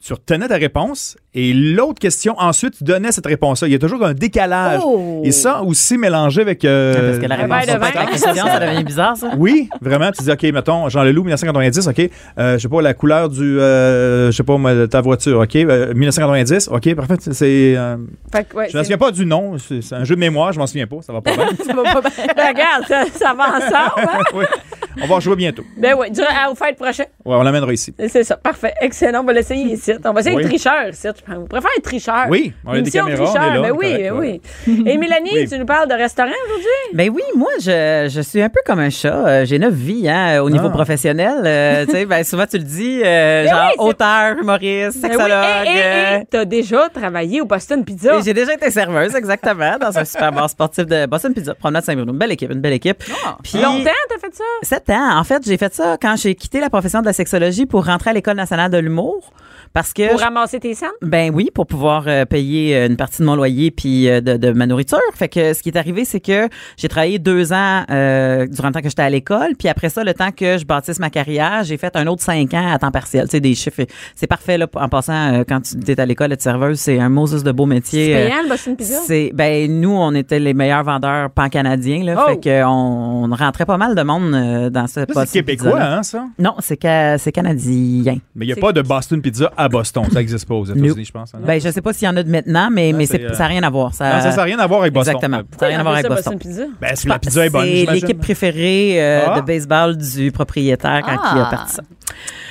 F: tu retenais ta réponse, et l'autre question, ensuite, tu donnais cette réponse-là. Il y a toujours un décalage.
D: Oh! Ah,
F: Et ça aussi mélangé avec. euh,
E: Parce que la
C: Un verre
E: réponse
C: de
E: sur
C: vin.
E: la question, ça devient bizarre, ça.
F: Oui, vraiment. Tu dis, OK, mettons, Jean Leloup, 1990, OK. Euh, je sais pas, la couleur du, euh, je sais pas, moi, de ta voiture, OK. euh, 1990, OK, parfait. c'est- C'est, euh,
C: Fait que, ouais,
F: je m'en
C: c'est-
F: souviens pas du nom. C'est c'est un jeu de mémoire, je m'en souviens pas. Ça va pas bien.
C: Ben, regarde, ça, ça va ensemble. hein?
F: Oui. On va en jouer bientôt.
C: Ben oui, durant, à- aux fêtes prochaines.
F: Ouais, on l'amènera ici.
C: C'est ça, parfait. Excellent, on va l'essayer ici. On va essayer
F: Oui.
C: le tricheur ici. Je pense. On préfère être tricheur.
F: Oui, on a des
C: Émission
F: caméras, on est
C: tricheur. ben
F: là, on est
C: oui,
F: correct,
C: oui. Et Mélanie,
F: Oui.
C: tu nous parles de restaurant aujourd'hui?
E: Ben oui, moi, je, je suis un peu comme un chat. Euh, J'ai neuf vies hein, au niveau
F: Ah.
E: professionnel. Euh, tu sais, ben, souvent, tu le dis, euh,
C: Ben
E: genre
C: oui, c'est-
E: auteur, humoriste,
C: Ben
E: sexologue.
C: oui. Et,
E: euh,
C: t'as déjà travaillé au Boston Pizza.
E: Et J'ai déjà été serveuse, exactement, dans un super bar sportif de Boston Pizza, Promenade Saint-Bruno. Une belle équipe, une belle équipe.
C: Ah.
E: Puis,
C: Longtemps, t'as fait ça?
E: Sept ans. En fait, j'ai fait ça quand j'ai quitté la profession de la sexologie pour rentrer à l'École nationale de l'humour. Parce que.
C: Pour ramasser tes scènes?
E: Ben oui, pour pouvoir euh, payer euh, une partie de mon loyer puis euh, de, de ma nourriture. Fait que ce qui est arrivé, c'est que j'ai travaillé deux ans euh, durant le temps que j'étais à l'école, puis après ça, le temps que je bâtisse ma carrière, j'ai fait un autre cinq ans à temps partiel. Tu sais, des chiffres, c'est parfait là. En passant, euh, quand tu es à l'école, être serveuse, c'est un Moses de beau métier.
C: C'est
E: Euh,
C: payant, le Boston Pizza?
E: c'est ben nous on était les meilleurs vendeurs pan canadiens là,
C: Oh.
E: fait que on, on rentrait pas mal de monde euh, dans ce
F: Ça,
E: poste
F: C'est québécois, hein, ça?
E: Non, c'est ca- c'est canadien.
F: Mais il n'y a pas de Boston Pizza à Boston. Ça n'existe pas aux États-Unis,
E: Nope.
F: je pense. hein, non?
E: Ben je sais pas s'il y en a de maintenant mais mais
F: c'est,
E: c'est-
F: euh,
E: ça n'a rien à voir ça.
F: Non, ça n'a rien à voir avec Boston.
E: Exactement. Ça n'a rien à voir
C: Pourquoi ils
E: avec
C: appellent ça
E: Boston.
C: Pizza?
F: Ben, c'est que la pizza est bonne,
E: C'est
F: j'imagine.
E: l'équipe préférée euh,
F: Ah.
E: de baseball du propriétaire quand il a
D: Ah.
E: parti ça.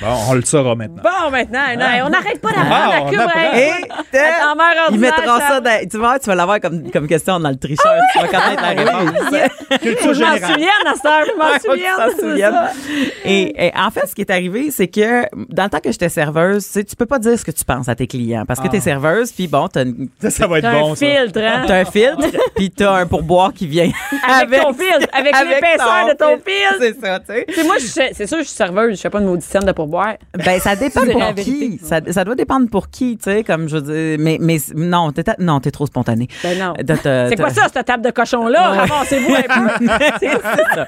F: Bon, on le saura maintenant.
C: Bon, maintenant, non, on n'arrête pas d'apprendre
F: Ah,
C: à
F: on
C: Cube.
F: apprend.
C: hey.
E: euh,
C: Attends, mère
E: il
C: ordinaire,
E: mettra ça
C: Charles. Ah
E: dans, tu vois, tu vas l'avoir comme, comme question dans le tricheur, tu vas connaître la réponse.
F: Culture
C: Je m'en
F: générale.
C: souviens, à cette heure, je m'en
E: Ouais,
C: souviens.
E: tu t'en
C: c'est
E: souviens.
C: ça.
E: Et, et en fait, ce qui est arrivé, c'est que dans le temps que j'étais serveuse, tu sais, tu peux pas dire ce que tu penses à tes clients parce que
F: Ah.
E: t'es serveuse, puis bon, t'as une-
F: Ça, ça va être
C: T'as un
F: bon, ça.
C: filtre, hein?
E: t'as un filtre, puis t'as un pourboire qui vient
C: Avec ton filtre, avec l'épaisseur
E: ton
C: de ton filtre.
E: C'est ça, tu sais.
C: Tu sais, moi, je sais- c'est sûr, je suis serveuse, je fais pas de maudite scène de pourboire.
E: Ben, ça dépend
C: C'est la
E: pour
C: vérité.
E: qui. Ça, ça doit dépendre pour qui, tu sais, comme je veux dire. Mais, mais non, t'es, ta- non, t'es trop spontané.
C: Ben non.
E: T'as- t'as-
C: C'est quoi
E: t'as-
C: ça, cette table de cochon-là?
E: Ouais.
C: Ramassez-vous un peu.
E: c'est ça.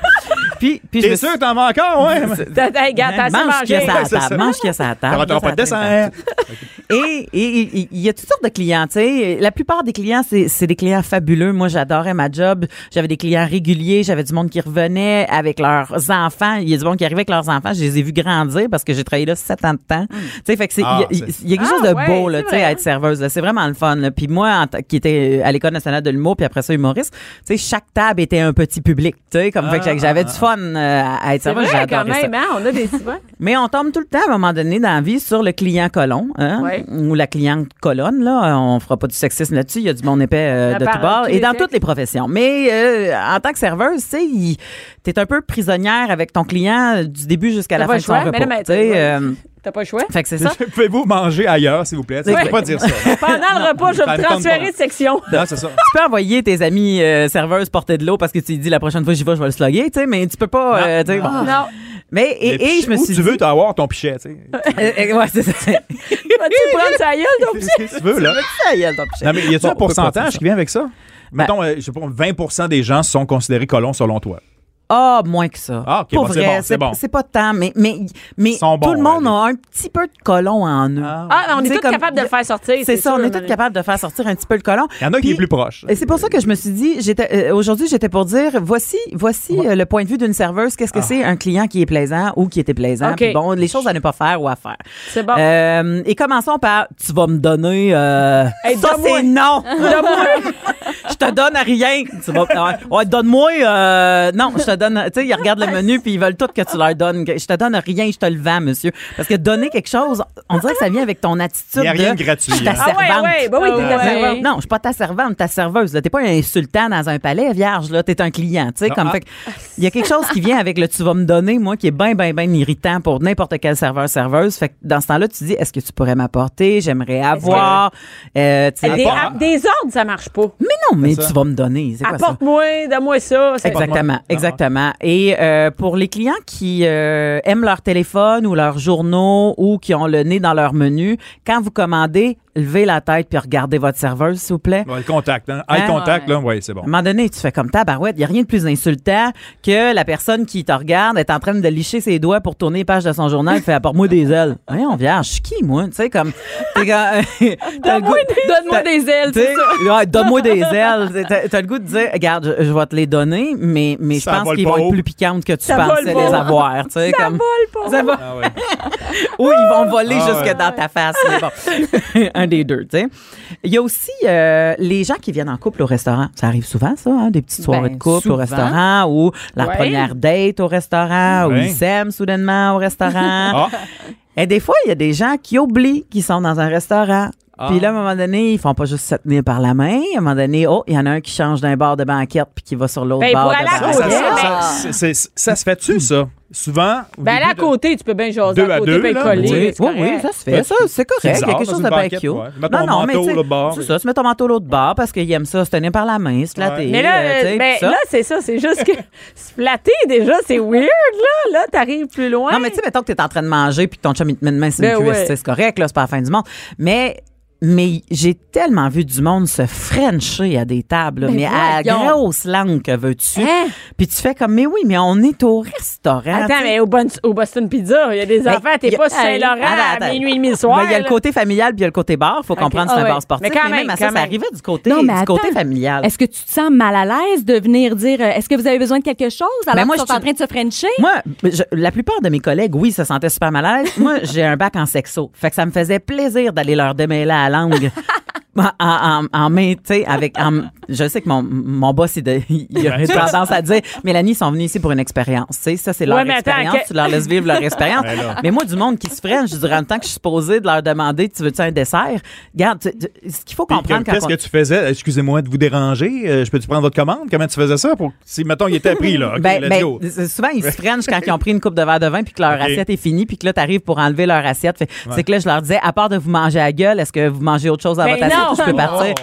E: Puis, puis je me
F: T'es
E: suis-
F: sûr, que t'en veux encore, ouais? mais-
C: T'as- t'as- hey, gars, t'as assez
E: mange qu'il y
C: mangé.
E: a ça à
F: Ouais, c'est
E: la
F: ça.
E: table. Mange qu'il y a ça à la table.
F: T'auras
E: mange qu'il y a
F: pas de
E: ça à la
F: dessert.
E: table. Et et- et- et il y a toutes sortes de clients. tu sais. La plupart des clients, c'est c'est des clients fabuleux. Moi, j'adorais ma job. J'avais des clients réguliers. J'avais du monde qui revenait avec leurs enfants. Il y a du monde qui arrivait avec leurs enfants. Je les ai vus grandir parce que j'ai travaillé là sept ans de temps. Tu sais, fait que c'est- il
F: Ah,
E: y, a-
F: c'est-
E: il y a quelque
C: Hmm. Ah,
E: chose de
C: ouais,
E: beau là,
C: c'est
E: tu sais,
C: vrai,
E: à être serveuse. là. C'est vraiment le fun. là. Puis moi, en tant- qui était à l'école nationale de l'humour, puis après ça humoriste, tu sais, chaque table était un petit public. Tu sais, comme fait que j'avais du fun euh, à être
C: Ah, C'est
E: serveuse.
C: vrai, quand
E: J'adorais ça.
C: même, hein, on a des souvenirs.
E: Mais on tombe tout le temps à un moment donné dans la vie sur le client colon hein,
C: Ouais.
E: ou la cliente colonne. Là, Euh, on fera pas du sexisme là-dessus. Il y a du bon épais euh,
C: La
E: de
C: parole,
E: tout bord
C: tous
E: et
C: les
E: dans
C: sexes.
E: toutes les professions. Mais euh, en tant que serveuse, tu sais, il- t'es un peu prisonnière avec ton client euh, du début jusqu'à
C: T'as
E: la
C: pas
E: fin
C: le
E: de son
C: choix.
E: repos.
C: Mais là, mais
E: tu sais,
C: t'as-
E: euh,
C: T'as pas le choix?
E: fait que c'est ça.
F: Pouvez-vous manger ailleurs, s'il vous plaît? Tu
E: Ouais.
F: peux pas dire ça.
C: Pendant le repas, je vais
F: Ça
C: me
F: me tente
C: transférer
F: pas.
C: de section.
F: Non, c'est ça.
E: Tu peux envoyer tes amis euh, serveuses porter de l'eau parce que tu dis la prochaine fois j'y vais, je vais le slugger, tu sais, mais tu peux pas.
F: Non.
E: euh, tu sais, bon.
C: Non.
E: Mais et,
F: Mais
E: et je me
F: où
E: suis
F: tu
E: dit-
F: veux t'avoir ton pichet, tu sais.
E: Euh, euh, ouais, c'est ça.
C: Vas-tu prendre sa gueule, ton petit?
F: Qu'est-ce que tu veux, là?
E: Ta gueule, ton pichet.
F: Non, mais y a-tu
E: Bon,
F: un
E: on peut pas faire
F: pourcentage
E: ça. Ben-
F: qui vient avec ça? Mettons, euh, je sais pas, 20 des gens sont considérés colons selon toi.
E: Ah, moins que ça.
F: Ah, ok,
E: Pour
F: bon, c'est bon,
E: vrai,
F: c'est bon.
E: c'est pas tant, mais, mais, mais
F: Ils sont
E: tout
F: bons, hein,
E: le monde
F: allez.
E: a un petit peu de colon en eux.
C: Ah, on
E: Tu
C: est
E: sais,
C: tous
E: comme-
C: capables de le faire sortir.
E: C'est
C: sûr,
E: ça, on est
C: Marie.
E: tous capables de faire sortir un petit peu le colon.
F: Il y en a qui est
E: Puis-
F: plus proche.
E: et c'est pour ça que je me suis dit, j'étais euh, aujourd'hui, j'étais pour dire, voici, voici euh, le point de vue d'une serveuse. Qu'est-ce que
F: Ah.
E: c'est un client qui est plaisant ou qui était plaisant
C: OK.
E: Puis bon, les choses à ne pas faire ou à faire.
C: C'est bon.
E: Euh, et commençons par, tu vas me donner. euh,
C: Hey,
E: ça
C: donne-moi.
E: c'est non. je te donne à rien. Tu vas, ouais, ouais, donne-moi. euh, non, je te donne. Tu sais, ils regardent le menu puis ils veulent tout que tu leur donnes. Je te donne rien, je te le vends, monsieur. Parce que donner quelque chose, on dirait que ça vient avec ton attitude.
F: Il y a rien
E: de,
F: de gratuit,
E: Je suis ta
F: hein.
C: Ah ouais,
E: servante.
C: ouais, bah oui, t'es
D: Ah
C: la
D: ouais.
C: servante.
E: Non, je suis pas ta servante, ta serveuse. là. T'es pas un insultant dans un palais, vierge. Là, t'es un client. Tu sais,
F: Non,
E: comme
F: ah.
E: fait. que Il y a quelque chose qui vient avec le tu vas me donner, moi, qui est bien, bien, bien irritant pour n'importe quel serveur, serveuse. Fait que dans ce temps-là, tu dis, est-ce que tu pourrais m'apporter J'aimerais avoir. Euh, tu sais,
C: Des,
E: apporte-
C: à- des ordres, ça marche pas.
E: mais non, mais
F: ça.
E: tu vas me donner. C'est quoi ça
C: Apporte-moi, donne-moi ça. c'est-
E: Exactement,
F: Non.
E: exactement. Et euh, pour les clients qui euh, aiment leur téléphone ou leurs journaux ou qui ont le nez dans leur menu, quand vous commandez, levez la tête puis regardez votre serveuse, s'il vous plaît.
F: Ouais, le contact, hein? Eye
E: Ah, Mm.
F: contact,
D: ouais.
F: là, oui, c'est bon.
E: À un moment donné, tu fais comme tabarouette. Il n'y a rien de plus insultant que la personne qui te regarde est en train de licher ses doigts pour tourner les pages de son journal et fait apporte-moi des ailes. Voyons, vierge, je suis qui, moi? Tu sais, comme. t'es comme- t'as le goût-
D: Ah Donne-moi des ailes,
E: tu
D: c'est ça.
E: sais, ouais, Donne-moi des ailes. T'as- T'as le goût de dire, regarde, je, je vais te les donner, mais, mais je
F: Ça
E: pense
F: vole
E: qu'ils
F: pas
E: vont être
F: haut.
E: plus piquantes que tu
C: Ça vole
E: pensais
C: pas
E: les
C: haut.
E: avoir. Tu sais,
C: vole
E: comme,
C: pas.
E: Ça va-
F: Ah ouais.
E: Ou ils vont voler
F: Ah
E: jusque
F: ouais.
E: dans ta face. mais bon. un des deux, tu sais. Il y a aussi euh, les gens qui viennent en couple au restaurant. Ça arrive souvent, ça, hein, des petites soirées
D: Ben,
E: de couple
D: souvent.
E: au restaurant ou la
C: Ouais.
E: première date au restaurant ou
F: Ouais.
E: ils s'aiment soudainement au restaurant.
F: Ah,
E: Et des fois, il y a des gens qui oublient qu'ils sont dans un restaurant.
F: Ah.
E: Puis là, à un moment donné, ils font pas juste se tenir par la main. À un moment donné, oh, il y en a un qui change d'un bar de banquette puis qui va sur l'autre
C: Ben,
E: bar
C: pour
E: de
C: aller à
F: ça,
E: banquette.
C: Oh,
F: ça-
C: yeah.
F: ça- c'est- c'est- ça, se fait-tu, ça? Souvent. au
C: Ben,
F: début
C: là, à
F: de-
C: côté, tu peux bien jaser.
F: Deux à
C: à côté,
F: deux,
C: bien
F: là.
C: coller.
E: Oui,
C: c'est
E: oui,
C: correct.
E: oui, ça se fait. Ça, c'est correct.
F: bizarre,
E: il y a quelque
F: dans
E: chose
F: une
E: de bien
F: banquette,
E: cute.
F: ouais. Mets ton manteau
E: tu sais,
F: au bar.
E: C'est ça, tu mets ton manteau au l'autre bar parce qu'ils aiment ça, se tenir par la main, se flatter.
C: Mais là,
E: euh, tu sais,
C: euh, ben,
E: puis ça.
C: là c'est ça. C'est juste que se flatter, déjà, c'est weird, là. Là, t'arrives plus loin.
E: Non, mais tu sais, mettons que t'es en train de manger puis que ton chum, il te met une main sur une
C: Ben
E: cuisse.
C: ouais.
E: tu sais, C'est correct, là, c'est pas la fin du monde. Mais. Mais j'ai tellement vu du monde se frencher à des tables, là, mais à
D: voyons.
E: grosse langue que veux-tu.
C: Hein?
E: Puis tu fais comme, mais oui, mais on est au restaurant. tu
C: Attends,
E: sais.
C: mais au, Bon- au Boston Pizza, il y a des
E: Ben,
C: affaires.
E: y
C: T'es
E: a-
C: pas sur Saint-Laurent
E: Attends, attends.
C: à minuit et demi le soir.
E: Ben, Il y a le
C: là.
E: côté familial puis il y a le côté bar. faut comprendre
C: Ah
E: c'est un
C: ouais.
E: bar sportif.
C: Mais quand
E: même,
C: même,
E: à ça,
C: quand
E: ça
C: même.
E: arrivait du côté, du
D: attends,
E: côté familial.
D: Est-ce que tu te sens mal à l'aise de venir dire euh, est-ce que vous avez besoin de quelque chose alors
E: Ben, moi,
D: que tu
E: je
D: es en
E: suis-
D: train de se frencher?
E: Moi, je- la plupart de mes collègues, oui, se sentaient super mal à l'aise. Moi, j'ai un bac en sexo. Fait que ça me faisait plaisir d'aller leur démêler à la langue. En, en, en main, tu sais, avec. en- je sais que mon, mon boss, il, de- il a tendance à dire Mélanie, ils sont venus ici pour une expérience. Tu sais, ça, c'est leur
C: Ouais, mais attends,
E: expérience.
C: que-
E: Tu leur laisses vivre leur expérience.
F: Ouais, là.
E: mais moi, du monde qui se frenche, durant le temps que je suis supposée de leur demander Tu veux-tu un dessert Regarde, tu- tu- ce qu'il faut
F: Puis,
E: comprendre quand
F: Qu'est-ce
E: on-
F: que tu faisais? Excusez-moi de vous déranger. euh, je peux-tu prendre votre commande? Comment tu faisais ça? Pour... Si, mettons, il était pris, là. OK,
E: Ben,
F: let's
E: ben,
F: go.
E: c'est- souvent, ils se freinent quand ils ont pris une coupe de verre de vin puis que leur
F: Ok.
E: assiette est finie puis que là, t'arrives pour enlever leur assiette. Fait- C'est que là, je leur disais, à part de vous manger à la gueule, est-ce que vous mangez autre chose dans
C: Ben
E: votre assiette
C: non!
E: ou
F: Oh.
E: je peux partir?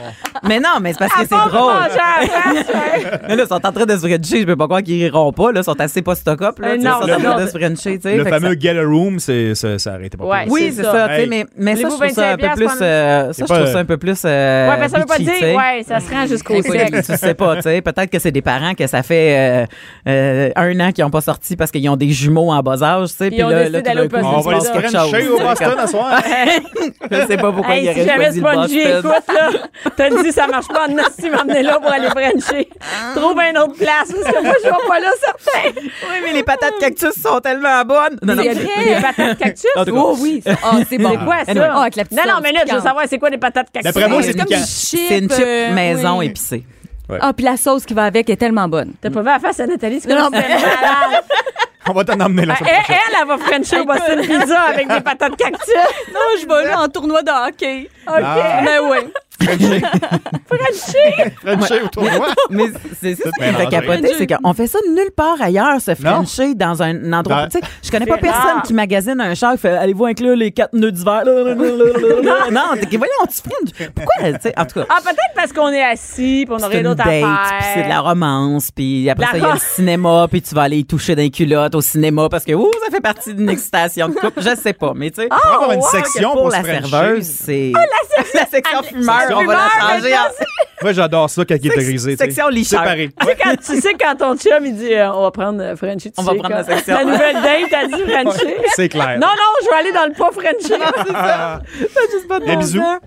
E: Mais non, mais c'est parce que
C: Pas
E: c'est drôle.
C: manger à
D: Ah,
C: la place, ouais.
E: Mais là, ils sont en train de se frencher. Je peux pas croire qu'ils riront pas. Là, ils sont assez post-cop. Là,
C: Euh,
E: tu sais, ils
C: non,
E: sont en
C: le-
E: train
C: le-
E: de se frencher. tu sais.
F: Le
E: Fait que ça-
F: fameux Get a Room, c'est- ça, ça arrêtait pas.
C: Ouais.
F: plus.
E: Oui,
C: C'est
E: c'est
C: ça.
E: ça. tu sais,
F: Hey.
E: mais mais ça, je
C: Voulez-vous
E: trouve ça un peu
C: 25
E: plus.
C: prendre-
E: euh, ça,
F: C'est
E: je trouve
F: pas-
E: ça un peu plus. euh,
C: Ouais, ben, ça veut pas
E: bitchy, tu
C: dire.
E: sais.
C: Ouais, ça se rend jusqu'au
E: Écoute,
C: sexe.
E: tu sais pas, tu sais. Peut-être que c'est des parents que ça fait euh, euh, un an qu'ils n'ont pas sorti parce qu'ils ont des jumeaux en bas âge, tu sais. Puis
C: ont
E: là, là,
C: décidé
E: tout d'un
C: d'aller
E: coup,
C: au
E: il
F: On
E: se
F: va aller
E: passe
F: se
E: quelque
F: frencher au
E: chose.
F: Boston à soir.
E: Je sais pas pourquoi
C: Hey, si
E: il aurait
C: jamais
E: choisi le
C: Spongy
E: Boston.
C: écoute, là, t'as dit ça marche pas, en si m'emmener là pour aller frencher.
E: Ah.
C: Trouve une autre place, parce que moi, je vois pas là, certain.
E: Oui, mais les patates cactus sont tellement bonnes. Non, non.
C: Il y a des des patates cactus.
E: Ah. En tout cas.
D: Oh oui, ça- ah, c'est bon.
C: C'est quoi ça?
D: Ah, avec la petite
C: non, non,
D: sauce
C: mais là, je veux
D: piquante.
C: savoir c'est quoi des patates cactus.
F: D'après moi, c'est
D: comme
F: piquant.
D: une chip,
E: C'est une chip
D: euh,
E: maison
D: oui.
E: épicée.
D: Ah, puis la sauce qui va avec est tellement bonne.
C: T'as pas vu la face à Nathalie, c'est
D: Non,
C: comme
D: non,
C: si elle était malade.
F: On va t'en emmener là.
C: Elle, elle, elle va frencher au Boston Pizza avec des patates cactus.
D: Non, je vais là en tournoi de hockey.
C: OK.
F: Ah.
D: Ben oui.
C: Frencher.
F: Frencher autour de moi.
E: Mais c'est c'est ça qui me fait
F: mélangé.
E: capoter, c'est qu'on fait ça nulle part ailleurs, se
F: Non.
E: frencher dans un endroit.
F: Non.
E: Tu sais, je connais pas
C: C'est
E: personne
C: rare.
E: qui magasine un char qui fait Allez-vous inclure les quatre nœuds d'hiver? non, t'es que, voyons, tu fringes. Pourquoi? tu sais, En tout cas.
C: Ah, peut-être parce qu'on est assis, puis on
E: C'est
C: aurait
E: une
C: d'autres
E: date,
C: affaires.
E: puis c'est de la romance, puis après
C: La
E: ça, il y a le
C: ro-
E: cinéma, puis tu vas aller y toucher d'un culotte au cinéma parce que ouh, ça fait partie d'une excitation de couple. Je sais pas, mais tu sais.
F: On va avoir
E: je
F: une
E: crois que
F: section
E: pour
F: Ah! pour
E: la
F: se frencher.
E: serveuse, c'est. la section, fumeur,
F: section
E: on va la
C: fumeur,
E: changer.
C: maintenant,
E: en-
F: Moi, j'adore ça, catégorisé. tu sais.
E: section licheur.
F: Séparé.
C: Tu sais, quand, tu sais, quand ton chum, il dit euh, On va prendre euh, Frenchie. Tu
E: On va
C: sais,
E: prendre
C: quand-
E: la section.
C: La nouvelle date, t'as dit Frenchie.
F: C'est clair.
C: Non, non, je vais aller dans le pas Frenchie.
E: juste pas de
F: Des
E: bon
F: bisous.
E: sens.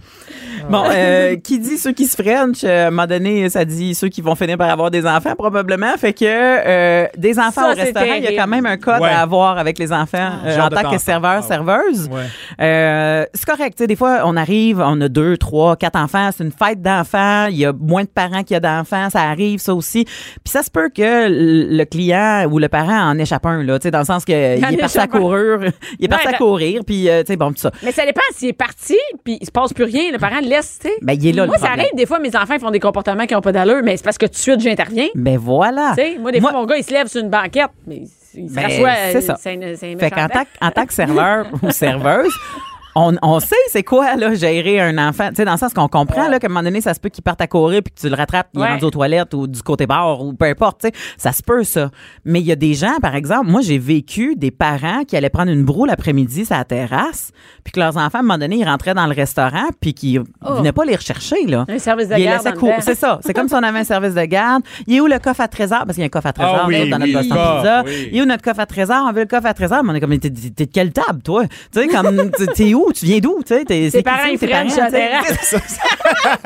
E: Bon, euh, qui dit ceux qui se frenchent, euh, à un moment donné, ça dit ceux qui vont finir par avoir des enfants, probablement. Fait que euh, des enfants
C: Ça,
E: au
C: c'est
E: restaurant, il y a
C: terrible.
E: quand même un code
F: Ouais.
E: à avoir avec les enfants euh,
F: Genre
E: en
F: de
E: tant
F: temps.
E: que serveur,
F: Ah ouais.
E: serveuse.
F: Ouais.
E: Euh, c'est correct. tu sais, Des fois, on arrive, on a deux, trois, quatre enfants. C'est une fête d'enfants. Il y a moins de parents qu'il y a d'enfants. Ça arrive, ça aussi. Puis ça se peut que le le client ou le parent en échappe un, là, tu sais, dans le sens qu'il est
C: Il en
E: parti à
C: échappe un.
E: courir. Il est parti
C: Ouais,
E: à
C: ben-
E: courir. Puis, euh, tu sais, bon, tout ça.
C: Mais ça dépend s'il est parti, puis il se passe plus rien. Le parent le laisse, tu sais.
E: Ben, il est là, le
C: Moi, ça
E: problème.
C: arrive. Des fois, mes enfants ils font des comportements qui n'ont pas d'allure, mais c'est parce que tout de suite, j'interviens.
E: Ben voilà.
C: Tu sais, moi, des fois, mon gars, il se lève sur une banquette, mais il se
E: Ben,
C: rassoit.
E: c'est
C: euh,
E: ça.
C: C'est une- c'est un
E: Fait
C: méchant
E: qu'en
C: banc.
E: tant, que- en tant que serveur ou serveuse, on, on sait c'est quoi là, gérer un enfant. Tu sais, dans le sens qu'on comprend là, qu'à un moment donné, ça se peut qu'il parte à courir puis que tu le rattrapes, il est
C: Ouais.
E: rendu aux toilettes ou du côté bar ou peu importe. tu sais. Ça se peut, ça. Mais il y a des gens, par exemple, moi, j'ai vécu des parents qui allaient prendre une broue l'après-midi sur la terrasse puis que leurs enfants, à un moment donné, ils rentraient dans le restaurant puis qu'ils venaient pas les rechercher. Là.
C: Oh. Un service de
E: Ils les
C: garde
E: laissaient
C: en dedans.
E: courir. C'est ça. C'est comme si on avait un service de garde. Il est où le coffre à trésor? Parce qu'il y a un coffre à trésor
F: Ah oui,
E: nous autres, dans notre
F: oui,
E: Boston Pizza.
F: coffre, oui.
E: Il est où notre coffre à trésor? On veut le coffre à trésor. Mais on est comme, t'es t'es- t'es de quelle table, toi? Tu sais, comme, t'es- t'es où? d'où? Tu viens d'où? Tu sais, t'es- c'est qui,
C: parents,
E: ça,
C: ils
E: tes
C: freinent sur la
E: parents, tu sais?
C: terrasse.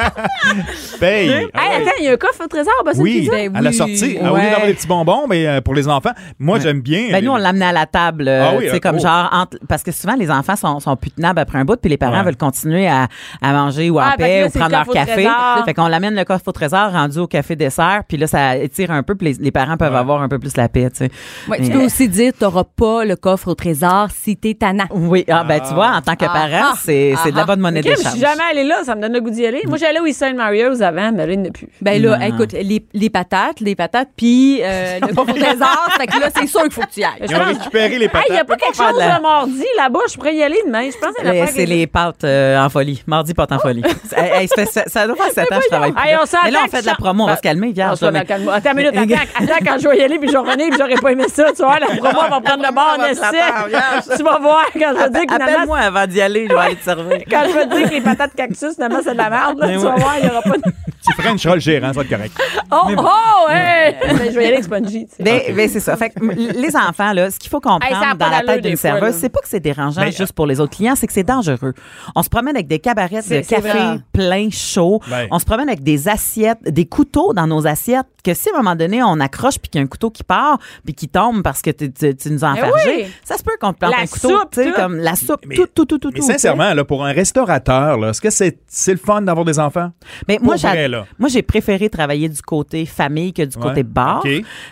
F: Paye.
C: Hey,
F: Ah oui.
C: attends, il y a un coffre au trésor, bah, c'est
F: Oui,
C: pizza.
D: Ben
F: à la
D: oui.
F: sortie. Ah, Au lieu
E: Ouais.
F: d'avoir des petits bonbons, mais euh, pour les enfants, moi, j'aime bien.
E: Ben, nous, on l'amenait à la table. euh,
F: Ah oui,
E: tu sais,
F: euh,
E: comme
F: oh.
E: genre, entre- parce que souvent, les enfants sont, sont plus tenables après un bout, puis les parents
F: Ouais.
E: veulent continuer à, à manger ou à
C: Ah,
E: en
C: parce que
E: paix
C: là,
E: ou
C: c'est le
E: prendre leur
C: coffre au
E: café.
C: trésor.
E: Fait qu'on l'amène le coffre au trésor rendu au café dessert, puis là, ça étire un peu, puis les, les parents peuvent avoir un peu plus la paix, tu sais.
D: Ouais, tu
E: Mais- euh,
D: peux aussi dire, t'auras pas le coffre au trésor si t'es tannant.
E: Oui, ah, ben, tu vois, en tant que
D: Ah,
E: parent,
D: ah,
E: c'est c'est de la
D: ah,
E: bonne monnaie
C: Ok, mais je
E: d'échange.
C: suis jamais allée là, ça me donne le goût d'y aller. Moi, j'allais au Isle Mario's avant, mais là, il n'y en a plus.
D: Ben là, écoute, les, les patates, les patates, puis euh, le coffre au trésor, fait que là, c'est sûr qu'il faut que tu y ailles.
E: Ah,
F: Ils ont récupéré les
C: Hey,
F: patates.
C: il n'y a pas quelque
E: faire
C: chose
E: de la-
C: de mardi là-bas, je pourrais y aller demain. Je pense que c'est
E: Euh,
C: l'affaire
E: C'est
C: que-
E: les pâtes euh, en folie. Mardi, pâtes en folie. Hey, hey, ça, fait sept- ça doit faire 7 ans que je travaille plus.
C: Hey,
E: là.
C: on s'entend
E: Mais là, on
C: que
E: fait de
C: ça-
E: la promo, on
C: Ben,
E: va se calmer,
C: Non,
E: viens.
C: ça, ben, calme-moi. Attends une minute, attends, attends quand je vais y aller, puis je vais revenir, puis j'aurais pas aimé ça, tu vois, la promo elle va prendre le bord en
E: va te la faire,
C: essai. Tu vas voir quand je vais dire que finalement,
E: Appelle-moi avant d'y aller, je vais aller te servir.
C: quand je vais te dire que les patates cactus, finalement, c'est de la merde, là,
E: Mais
C: tu
E: ouais.
C: vas voir, il n'y aura pas de...
F: Tu Frencheras le gérant, ça va être correct.
C: Oh, oh, hey! Ben, je vais y aller avec Spongy, tu sais.
E: Ben, ben, c'est ça. Fait que, m- les enfants, là, ce qu'il faut comprendre
C: Hey, ça a pas
E: dans la
C: d'allure
E: tête
C: des
E: d'une
C: fois,
E: serveuse,
C: là.
E: c'est pas que c'est dérangeant
F: Ben,
E: juste pour les autres clients, c'est que c'est dangereux. On se promène avec des cabarettes de
C: C'est- c'est vrai.
E: café plein chaud.
F: Ben.
E: On se promène avec des assiettes, des couteaux dans nos assiettes que si à un moment donné on accroche puis qu'il y a un couteau qui part puis qui tombe parce que tu- tu tu nous as
C: Mais
E: enfergé,
C: Ben oui.
E: ça se peut qu'on te plante
C: La
E: un couteau,
C: soupe,
E: tu sais,
C: tout.
E: comme la soupe,
F: Mais-
E: tout, tout, tout, tout.
F: Mais
E: tout,
F: sincèrement, là, pour un restaurateur, là, est-ce que c'est c'est le fun d'avoir des enfants?
E: Mais moi,
F: Pour vrai,
E: j'ai,
F: là.
E: moi, j'ai préféré travailler du côté famille que du
F: Ouais,
E: côté bar.
F: OK.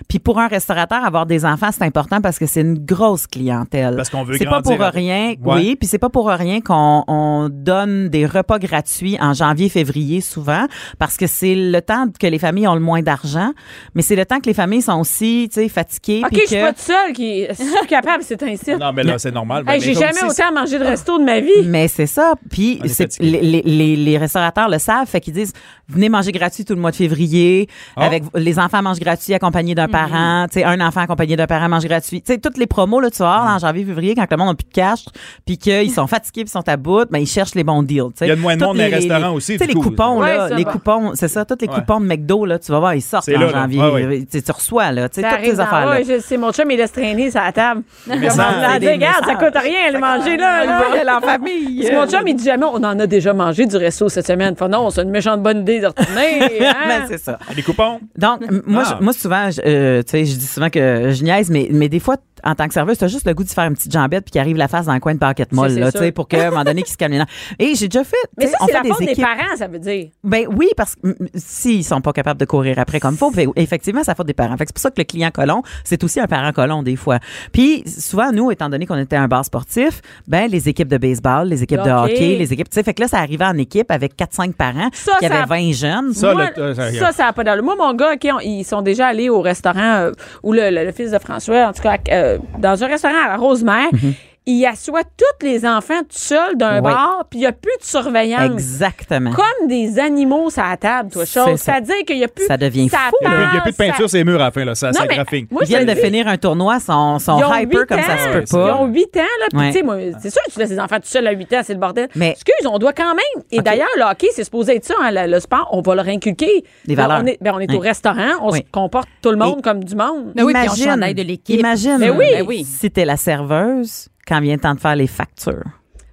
E: Puis pour un restaurateur, avoir des enfants, c'est important parce que c'est une grosse clientèle.
F: Parce qu'on veut
E: C'est pas
F: grandir
E: pour
F: avec-
E: rien.
F: Ouais.
E: Oui, puis c'est pas pour rien qu'on on donne des repas gratuits en janvier, février souvent, parce que c'est le temps que les familles ont le moins d'argent, mais c'est le temps que les familles sont aussi, tu sais, fatiguées.
C: OK,
E: puis
C: je suis
E: que-
C: pas toute seule qui... Si je suis capable, c'est un cirque.
F: Non, mais là, c'est normal.
E: ben,
C: Hey,
F: Mais
C: j'ai
F: toi
C: jamais
F: aussi,
C: autant mangé de resto de ma vie.
E: Mais c'est ça. Puis
F: On est
E: c'est-
F: fatigué.
E: les, les- les- les restaurateurs le savent, fait qu'ils disent venez manger gratuit tout le mois de février.
F: Ah.
E: Avec les enfants mangent gratuit accompagnés d'un
C: Mm-hmm.
E: parent. Tu sais, un enfant accompagné d'un parent mange gratuit. Tu sais, toutes les promos là, tu vois,
F: Mm.
E: en janvier, février, quand le monde n'a plus de cash, puis qu'ils sont fatigués, puis sont à bout, mais ils cherchent les bons deals. tu sais.
F: Il y a de moins de
E: Toutes
F: monde dans les restaurants aussi,
E: Tu sais,
F: du
E: les
F: coup.
E: coupons
C: Ouais,
E: là,
C: ça
E: les
C: va.
E: coupons, c'est ça, tous les
F: Ouais.
E: coupons de McDo là, tu vas voir, ils sortent
F: C'est
E: en
F: là, là.
E: janvier.
F: Ouais, ouais.
E: Tu sais, tu reçois là, tu sais,
C: Ça
E: toutes
C: arrive
E: ces
C: dans-
E: affaires là.
C: ouais, je- c'est mon chum, il laisse traîner sur la table.
F: Mais ça,
C: Comme dans-
E: c'est des
C: regarde, ça
E: messages.
C: coûte rien, elle manger là. là.
E: en famille.
C: C'est mon chum, il dit jamais, on en a déjà mangé du resto cette semaine. Fait, non, c'est une méchante bonne idée de retourner. hein.
E: Ben, c'est ça.
F: Les coupons.
E: Donc, m- moi,
F: Ah.
E: je- moi souvent, je, euh, tu sais, je dis souvent que je niaise, mais, mais des fois, t- en tant que serveuse, t'as juste le goût de faire une petite jambette puis qu'il arrive la face dans le coin de Pocket Mall,
C: c'est
E: là, tu sais,
C: sûr.
E: pour qu'à un moment donné, qu'il se calme les nerfs. Et j'ai déjà fait, tu
C: Mais
E: sais,
C: ça,
E: on
C: c'est la
E: fait
C: faute
E: des
C: des
E: équipes.
C: parents, ça veut dire.
E: Ben oui, parce que mm, s'ils sont pas capables de courir après comme faut, fait- effectivement, ça faute des parents. Fait que c'est pour ça que le client colon, c'est aussi un parent colon des fois. Puis souvent, nous, étant donné qu'on était un bar sportif, ben les équipes de baseball, les équipes de
C: Le hockey.
E: hockey, les équipes, tu sais, fait que là, ça arrivait en équipe avec 4-5 parents
C: Ça,
E: qui
C: ça-
E: avaient 20 jeunes.
F: Ça,
C: Moi,
E: euh,
F: le- ça,
C: ça, ça n'a pas d'allure. Moi, mon gars, OK, on- ils sont déjà allés au restaurant euh, où le, le- le fils de François, en tout cas, euh, dans un restaurant à la Rosemère,
E: Mhm.
C: il assoit tous les enfants tout seuls d'un
E: Ouais.
C: bar, puis il n'y a plus de surveillance.
E: Exactement.
C: Comme des animaux sur la table, toi,
E: C'est
C: chose.
E: ça.
C: C'est-à-dire qu'il n'y a plus
E: Ça devient
C: ça
E: fou.
F: Il n'y a, plus- il y a plus de
C: passe,
F: peinture,
C: ça-
F: c'est murs à la fin, là. Ça,
C: Non,
F: ça
C: mais
F: graphique.
C: moi,
E: Ils viennent
C: je
E: de
C: te le dis,
E: finir un tournoi, sont, sont
C: Ils ont
E: hyper
C: huit
E: comme ça
C: ans.
E: se peut
C: Ils
E: pas.
C: ont 8 ans, là. Puis,
E: Ouais.
C: tu sais, moi, c'est sûr que tu laisses les enfants tout seuls à 8 ans, c'est le bordel.
E: Mais-
C: Excuse, on doit quand même. Et d'ailleurs, le hockey, c'est supposé être ça, hein, le, le sport, on va leur inculquer.
E: Des
C: Ben,
E: valeurs.
C: on est, ben, on est au
E: Oui.
C: restaurant, on
E: Oui.
C: se comporte tout le monde comme du monde.
D: Ben oui, puis on chandail de l'équipe.
E: Imagine
C: Ben oui.
D: Ben oui.
E: si t'es la serveuse quand vient le temps de faire les factures.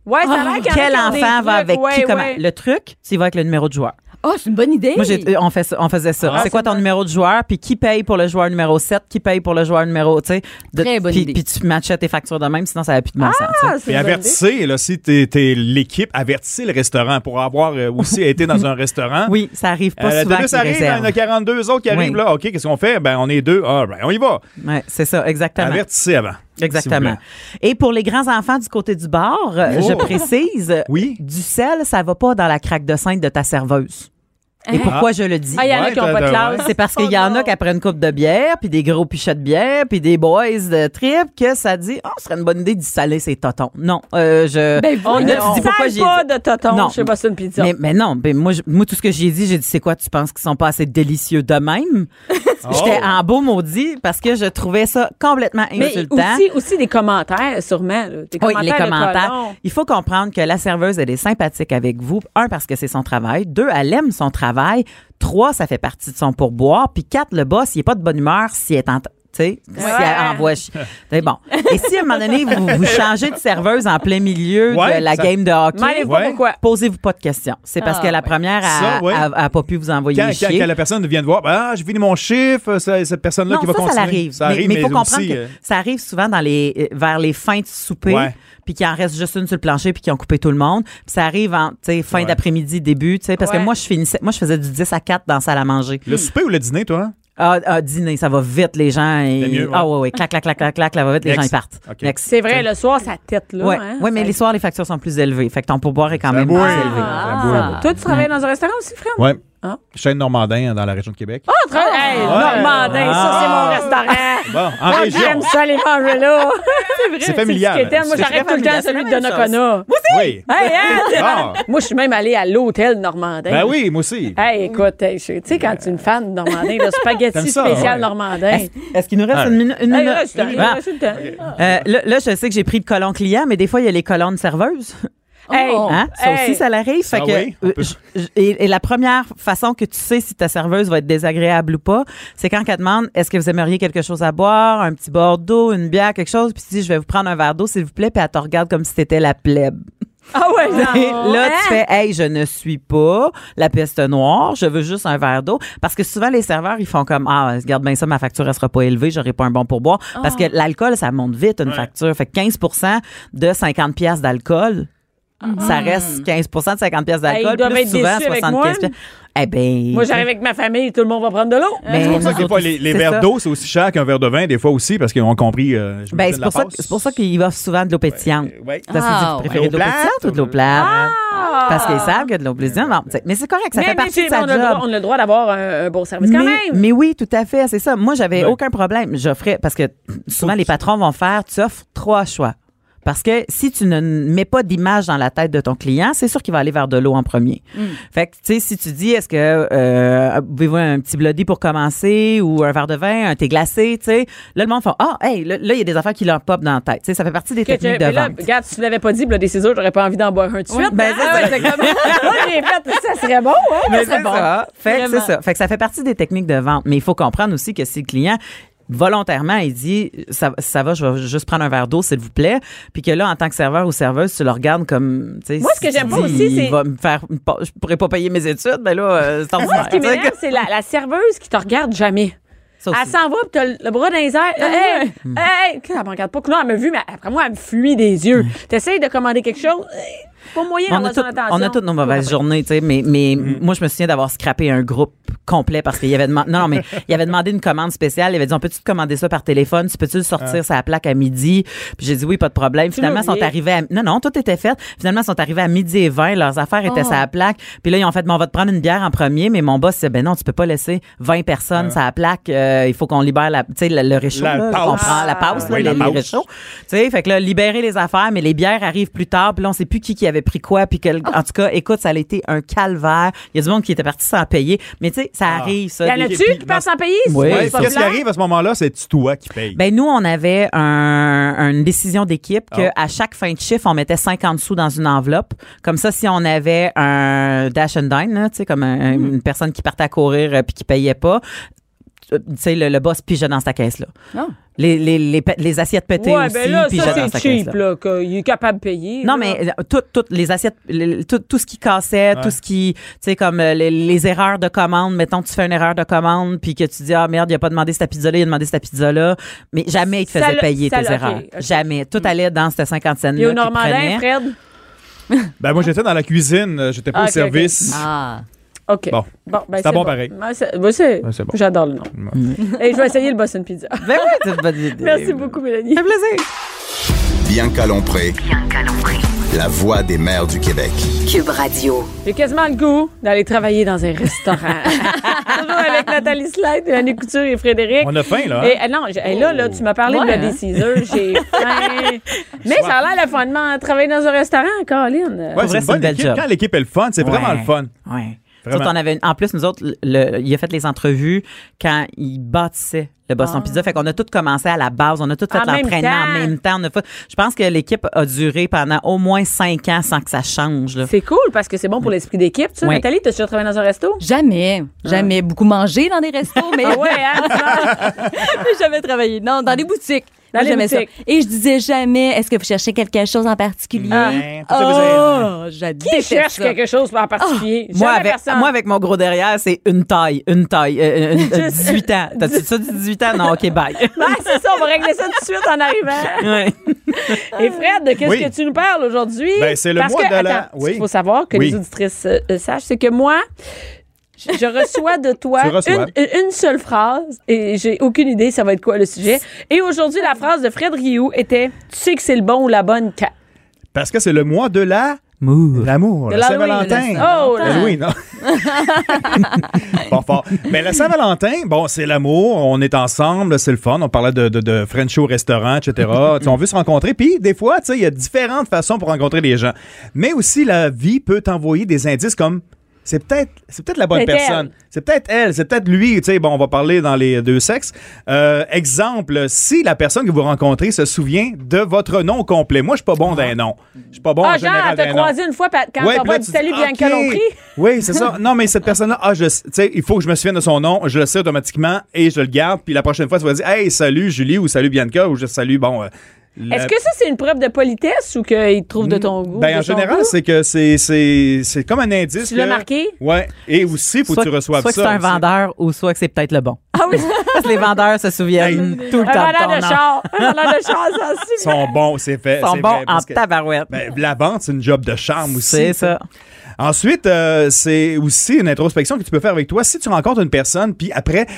C: Ouais, ça a l'air qu'il y en a
E: Oh, Quel
C: qui ont des
E: enfant va
C: trucs,
E: avec
C: ouais,
E: qui? Comment?
C: ouais.
E: Le truc, tu y vas avec le numéro de joueur.
D: Oh, c'est une bonne idée.
E: Moi, j'ai- euh, on, fait ça- on faisait ça.
F: Ah,
E: c'est quoi ton numéro de joueur? Puis qui paye pour le joueur numéro 7? Qui paye pour le joueur numéro, tu sais? de-
D: Très bonne
E: puis,
D: idée.
E: puis tu matchais tes factures de même, sinon ça n'avait plus de bon sens. tu sais.
C: Ah, c'est
F: Et
C: une bonne idée.
F: avertissez, là, si t'es t'es l'équipe, avertissez le restaurant pour avoir euh, aussi été dans un restaurant.
E: Oui, ça arrive pas
F: Euh, la
E: souvent.
F: Télus
E: qu'ils
F: arrive, il y en
E: réservent.
F: a 42 autres qui arrivent
E: Oui.
F: là. OK, qu'est-ce qu'on fait? Ben, on est deux. Ah, ben, on y va.
E: Ouais, c'est ça, exactement.
F: Avertissez avant. s'il vous
E: Exactement.
F: plaît.
E: Et pour les grands enfants du côté du bar, euh,
F: Oh.
E: je précise,
F: Oui.
E: du sel, ça va pas dans la craque de scène de ta serveuse. Et pourquoi je le dis?
C: Ah, il y en a
F: Ouais,
C: qui n'ont
F: t'as-
C: pas de
F: t'as-
C: classe.
E: C'est parce qu'il y en a qui après une coupe de bière, puis des gros pichets de bière, puis des boys de trip, que ça dit, oh, ce serait une bonne idée d'y saler ses totons. Non, euh, je.
D: Ben,
C: On
E: Là,
C: ne
E: tu dis pourquoi j'ai
C: sale pas
E: dit.
C: de toton
E: Non.
C: chez Boston Pizza.
E: Mais, mais non, ben moi, je- moi, tout ce que j'ai dit, j'ai dit, c'est quoi, tu penses qu'ils sont pas assez délicieux de même? J'étais en beau maudit parce que je trouvais ça complètement
C: Mais
E: insultant.
C: aussi, aussi des commentaires, sûrement. là. Des
E: Oui,
C: commentaires
E: les
C: de
E: commentaires.
C: colons.
E: Il faut comprendre que la serveuse, elle est sympathique avec vous. Un, parce que c'est son travail. Deux, elle aime son travail. Trois, ça fait partie de son pourboire. Puis quatre, le boss, il n'est pas de bonne humeur s'il est en t- Tu sais, si elle envoie. chi- Mais bon. Et si à un moment donné, vous, vous changez de serveuse en plein milieu
F: Ouais,
E: de la
F: ça-
E: game de hockey,
C: Mêlez-vous
F: Ouais.
C: pas pourquoi.
E: posez-vous pas de questions. C'est parce
D: Ah,
E: que la
D: ouais.
E: première
F: Ça, ouais.
E: a, a- a pas pu vous envoyer
F: Quand,
E: chier.
F: quand- quand la personne vient de voir, ben, ah, j'ai fini mon chiffre, c'est cette personne-là
E: Non,
F: qui va
E: ça,
F: continuer.
E: ça arrive.
F: Ça
E: Mais-
F: arrive,
E: mais il faut comprendre
F: aussi,
E: que
F: euh,
E: ça arrive souvent dans les, euh, vers les fins de souper,
F: Ouais.
E: puis qu'il en reste juste une sur le plancher, puis qu'ils ont coupé tout le monde. Puis ça arrive en tu sais, fin
F: Ouais.
E: d'après-midi, début, tu sais, parce
C: Ouais.
E: que moi, je finissais, moi, je faisais du 10 à 4 dans la salle à manger.
F: Le souper ou le dîner, toi?
E: Ah, ah, dîner, ça va vite, les gens. ils-
F: mieux, ouais.
E: Ah, ouais, ouais, clac, clac, clac, clac, clac, ça va vite, les
F: Next.
E: gens, ils partent.
F: OK.
E: Next.
C: C'est vrai, le soir, ça tête, là.
E: Ouais,
C: hein,
E: ouais, mais
C: ça-
E: les soirs, les factures sont plus élevées. Fait que ton pourboire est quand même
F: bourré.
E: plus élevé.
F: Ah,
C: Toi, tu travailles dans un restaurant aussi, frère?
F: Ouais.
C: Ah.
F: Chaîne Normandin hein, dans la région de Québec.
C: Pas tra-
E: Ah.
C: Hey, Normandin,
F: Ah.
C: ça, c'est mon restaurant.
F: Bon, en
C: Ah,
F: région.
C: J'aime ça, les manger là.
F: C'est familial.
C: Moi, j'arrête tout le temps
E: familial,
C: celui de
E: c'est la même
C: Donnacona.
F: Oui.
C: Hey, hein, c'est
F: Ah.
C: vrai. Moi, je suis même allée à l'hôtel Normandin.
F: Ben oui, moi aussi.
C: Hey, écoute, hey, je- tu sais, quand tu es une fan de Normandin, le
F: T'aimes
C: spaghetti
F: ça,
C: spécial
F: ouais.
C: Normandin.
E: Est-ce qu'il nous reste
F: Ah
E: une minu- une
C: Hey,
E: minute?
C: là, je t'en-
E: Ah.
C: là, je t'en-
E: Euh, là, là, je sais que j'ai pris le colon client, mais des fois, il y a les colonnes serveuses.
C: Hey,
E: Hein? Ça
C: hey.
E: aussi, ça l'arrive. Fait
F: Ah
E: que,
F: oui, on
E: euh,
F: peut.
E: je- je- et, et la première façon que tu sais si ta serveuse va être désagréable ou pas, c'est quand elle te demande est-ce que vous aimeriez quelque chose à boire, un petit bord d'eau, une bière, quelque chose, puis tu dis je vais vous prendre un verre d'eau, s'il vous plaît, puis elle te regarde comme si t'étais la plèbe.
C: Ah ouais,
E: Et
C: non.
E: là,
C: Hein?
E: tu fais hey, je ne suis pas la peste noire, je veux juste un verre d'eau. Parce que souvent, les serveurs, ils font comme ah, regarde bien ça, ma facture, elle sera pas élevée, j'aurai pas un bon pourboire. Parce
C: Ah.
E: que l'alcool, ça monte vite, une facture. Fait que 15 de 50 pièces d'alcool. Ça reste 15 de 50 pièces
C: Ah. Hey, ils
E: d'alcool,
C: doivent
E: plus
C: être
E: souvent
C: déçus avec
E: 75 pièces. Eh ben,
C: Moi, j'arrive avec ma famille, tout le monde va prendre de l'eau.
E: mais
F: C'est pour ça que
E: nous
F: des fois,
E: autres,
F: les, les
E: c'est ça.
F: verres d'eau, c'est aussi cher qu'un verre de vin, des fois aussi, parce qu'ils ont compris. euh, je me
E: Ben,
F: fais de
E: c'est
F: la
E: pour, ça que-
F: passe.
E: c'est pour ça qu'ils offrent souvent de l'eau pétillante.
F: Ouais.
E: Parce qu'ils disent,
D: Ah,
E: vous
D: ouais.
E: préférez de l'eau
F: L'eau plate
E: pétillante ou de l'eau plate? Parce qu'ils savent qu'il y a de l'eau pétillante. Non, t'sais, mais c'est correct,
C: Ah.
E: ça
C: Mais-
E: fait
C: mais
E: partie
C: c'est-
E: de sa
C: on, a le
E: job.
C: droit, on a le droit d'avoir un, un bon service quand
E: mais,
C: même.
E: mais oui, tout à fait, c'est ça. Moi, j'avais
F: Ouais.
E: aucun problème. J'offrais, parce que souvent, les patrons vont faire, tu offres trois choix. Parce que si tu ne mets pas d'image dans la tête de ton client, c'est sûr qu'il va aller vers de l'eau en premier.
C: Mm.
E: Fait que, tu sais, si tu dis, est-ce que, euh, vous un petit bloody pour commencer ou un verre de vin, un thé glacé, tu sais, là, le monde fait, ah, hey, là, là, il y a des affaires qui leur popent dans la tête. Tu sais, ça fait partie des
C: Que tu-
E: techniques
C: mais
E: de
C: là,
E: vente.
C: regarde, si tu l'avais pas dit, là, des césures, j'aurais pas envie d'en boire un de suite.
E: ben, c'est
C: Ah,
E: ça.
C: ouais, exactement. Moi, j'ai fait, ça serait bon, hein?
E: Mais
C: ça serait
E: c'est
C: bon.
E: ça. Fait que c'est
C: Vraiment.
E: ça. Fait que ça fait partie des techniques de vente. Mais il faut comprendre aussi que si le client volontairement, il dit ça, ça va, je vais juste prendre un verre d'eau, s'il vous plaît. Puis que là, en tant que serveur ou serveuse, tu le regardes comme. tu sais,
C: Moi, ce
E: si
C: que
E: tu
C: j'aime pas
E: dis,
C: aussi,
E: il
C: c'est-
E: va me faire. une pa- Je pourrais pas payer mes études, mais là, euh, c'est ordinaire.
C: Ce qui
E: Tu sais
C: m'énerve, c'est la, la serveuse qui te regarde jamais.
E: que- ça aussi. Ah Hmm.
C: Elle s'en va, puis t'as le le bras dans les airs. Hey, hey, elle me regarde pas. Non, elle m'a vu, mais après moi, elle me fuit des yeux. T'essayes de commander quelque chose, hey, pas moyen
E: on a,
C: d'avoir son
E: tout-
C: attention.
E: on a toutes nos mauvaises journées, tu sais, mais, mais
F: Mm.
E: moi, je me souviens d'avoir scrappé un groupe complet parce qu'il y avait demandé, non, non, mais il avait demandé une commande spéciale. Il avait dit, on peut-tu te commander ça par téléphone? Tu peux-tu le
F: Ah.
E: sortir sur la plaque à midi? Puis j'ai dit, oui, pas de problème. Finalement, ils sont
C: oublié.
E: arrivés à, non, non, tout était fait. Finalement, ils sont arrivés à midi et 20. Leurs affaires étaient sur la plaque. Puis là, ils ont fait, bon, on va te prendre une bière en premier, mais mon boss, c'est, ben non, tu peux pas laisser 20 personnes sur la plaque. Euh, il faut qu'on libère la, tu sais, le, le réchaud,
F: Ah. La
E: là,
F: pause.
E: qu'on prend la pause, là, les-
F: Oui, la
E: les
F: pause.
E: réchauds. Tu sais, fait que là, libérer les affaires, mais les bières arrivent plus tard, puis là, on sait plus qui qui avait pris quoi, puis que, en tout cas, écoute, ça a été un calvaire. Il y a du monde qui était parti sans payer, mais tu sais, ça arrive, ça.
C: Ah. Y en
E: Des-
C: a-tu qui passent en pays?
E: Ouais,
F: Ouais,
E: c'est pas
F: Qu'est-ce qui arrive à ce moment-là? C'est toi qui paye.
E: Ben nous, on avait un- une décision d'équipe que
C: Ah.
E: à chaque fin de chiffre, on mettait 50 sous dans une enveloppe. Comme ça, si on avait un dash and dine, là, tu sais, comme un-
C: Hmm.
E: une personne qui partait à courir euh, puis qui payait pas, tu tu sais, le, le boss pigeait dans sa caisse là.
D: Ah.
E: Les, les, les, pe- les assiettes pétées
C: Ouais,
E: aussi,
C: ben là,
E: pigeaient
C: ça,
E: dans
C: c'est
E: sa
C: cheap,
E: caisse. là.
C: là, qu'il est capable de payer.
E: Non,
C: là.
E: mais euh, tout- toutes les assiettes, le- tout, tout ce qui cassait, tout ce qui, tu sais, comme euh, les, les erreurs de commande. Mettons, tu fais une erreur de commande, puis que tu dis, ah merde, il a pas demandé cette pizza-là, il a demandé cette pizza-là. Mais jamais il te
C: Ça
E: faisait
C: le-
E: payer tes
C: ça le- ok,
E: erreurs.
C: ok. Mm.
E: Jamais. Tout allait dans cette cinquantaine
C: Puis
E: là
C: au Normandin, Fred.
F: Ben, moi, j'étais dans la cuisine, euh, j'étais
C: Ah,
F: pas au
C: ok, ok.
F: service.
D: Ah.
C: OK.
F: Bon.
C: ben,
F: C'est bon pareil.
C: Ben, c'est ben, c'est-
F: Ben, c'est bon.
C: J'adore le nom. Et je vais essayer le Boston Pizza.
E: Ben oui, c'est une bonne idée.
C: Merci beaucoup, Mélanie.
E: Un plaisir.
B: Bianca Lompré,
A: Bianca Lompré.
B: la voix des mères du Québec.
A: Cube Radio.
C: J'ai quasiment le goût d'aller travailler dans un restaurant. Toujours avec Nathalie Slide, Mélanie Couture et Frédéric.
F: On a faim, là. hein?
C: Et, euh, non, j'ai- hey, là, là, tu m'as parlé
D: Ouais,
C: de la
D: hein?
C: déciseur, j'ai faim. Mais ça a l'air le fun de travailler dans un restaurant, Colin.
E: vrai,
F: Ouais, c'est une
E: c'est une
F: bonne
E: belle
F: équipe.
E: job.
F: Quand l'équipe est le fun, c'est vraiment
E: Ouais.
F: le fun.
E: Ouais.
F: Vraiment.
E: Nous autres, on avait une- en plus, nous autres, le- il a fait les entrevues quand il bâtissait le Boston Pizza. Fait qu'on a tout commencé à la base. On a tout fait
C: Ah. En même
E: l'entraînement en
C: temps.
E: même temps. On a fait- je pense que l'équipe a duré pendant au moins cinq ans sans que ça change. là.
C: C'est cool parce que c'est bon pour l'esprit d'équipe. Tu sais,
E: Oui.
C: Nathalie, t'as déjà travaillé dans un resto?
D: Jamais, jamais. Beaucoup mangé dans des restos, mais
C: Ah ouais, hein?
D: J'ai jamais travaillé. Non, dans des boutiques.
C: Dans
D: Moi,
C: les
D: j'aimais ça.
C: boutiques.
D: Et je disais jamais, est-ce que vous cherchez quelque chose en particulier?
F: Ouais, t'as besoin-
D: Ah. Oh, j'adore.
C: Ah. Qui cherche quelque chose en particulier? Jamais
E: Ah, Moi avec,
C: personne.
E: moi, avec mon gros derrière, c'est une taille, une taille, euh, une- euh, 18 ans. T'as-tu ça, 18 ans? Non, OK, bye.
C: Ouais, Ah, c'est ça, on va régler ça tout de suite en arrivant.
E: Ouais.
C: Et Fred, de qu'est-ce
F: Oui.
C: que tu nous parles aujourd'hui?
F: Ben, c'est le
C: Parce
F: mois
C: que,
F: de la-
C: attends, ce
F: Oui.
C: qu'il faut savoir, que
F: Oui.
C: les auditrices euh, euh, sachent, c'est que moi, je je reçois de toi
F: Tu reçois.
C: Une, une seule phrase et j'ai aucune idée ça va être quoi le sujet. Et aujourd'hui, la phrase de Fred Rioux était « Tu sais que c'est le bon ou la bonne quand?
F: Parce que c'est le mois de la...
E: Move.
F: L'amour,
C: De
F: la
C: l'Halloween,
F: Saint-Valentin.
C: la Saint-Valentin. Oh, là.
F: Halloween, non. Pas fort. Mais la Saint-Valentin, bon, c'est l'amour, on est ensemble, c'est le fun. On parlait de, de, de French au restaurant, etc. Tu sais, on veut se rencontrer. Puis, des fois, tu sais, il y a différentes façons pour rencontrer les gens. Mais aussi, la vie peut t'envoyer des indices comme. C'est peut-être c'est peut-être la bonne
C: C'est
F: personne.
C: elle.
F: C'est peut-être elle, c'est peut-être lui. Tu sais, bon, on va parler dans les deux sexes. Euh, exemple, si la personne que vous rencontrez se souvient de votre nom complet. Moi, je suis pas bon d'un nom. Je suis pas bon Oh, en
C: Ah, genre,
F: général
C: elle t'a
F: d'un nom.
C: croisé une fois pa- quand
F: Ouais,
C: t'as
F: puis là,
C: pas dit «
F: tu
C: Salut,
F: dis,
C: bien
F: OK.
C: Lompré
F: Oui, c'est ça. Non, mais cette personne-là, ah, je le sais. Tu sais, il faut que je me souvienne de son nom, je le sais automatiquement et je le garde. Puis la prochaine fois, tu vas dire, hey, salut Julie ou salut Bianca ou je salue, bon. euh, la-
C: Est-ce que ça, c'est une preuve de politesse ou qu'ils te trouvent de ton goût?
F: Ben,
C: de
F: en
C: ton
F: général,
C: goût?
F: c'est que c'est- c'est c'est comme un indice.
C: Tu l'as
F: que-
C: marqué?
F: Ouais. Et aussi, faut
E: Soit-
F: que tu reçoives
E: soit
F: ça.
E: que c'est un
F: aussi.
E: vendeur ou soit que c'est peut-être le bon.
C: Ah oui,
E: Parce que les vendeurs se souviennent tout le
C: un
E: temps de ton
C: vendeur de
E: nom.
C: char. Un vendeur de char, ça
F: Ils
C: aussi.
F: sont bons, c'est fait.
E: Ils sont
F: c'est
E: bons
F: vrai,
E: en
F: parce que-
E: tabarouette.
F: Ben, la vente, c'est une job de charme aussi.
E: c'est ça.
F: Ensuite, euh, c'est aussi une introspection que tu peux faire avec toi. Si tu rencontres une personne, puis après, t-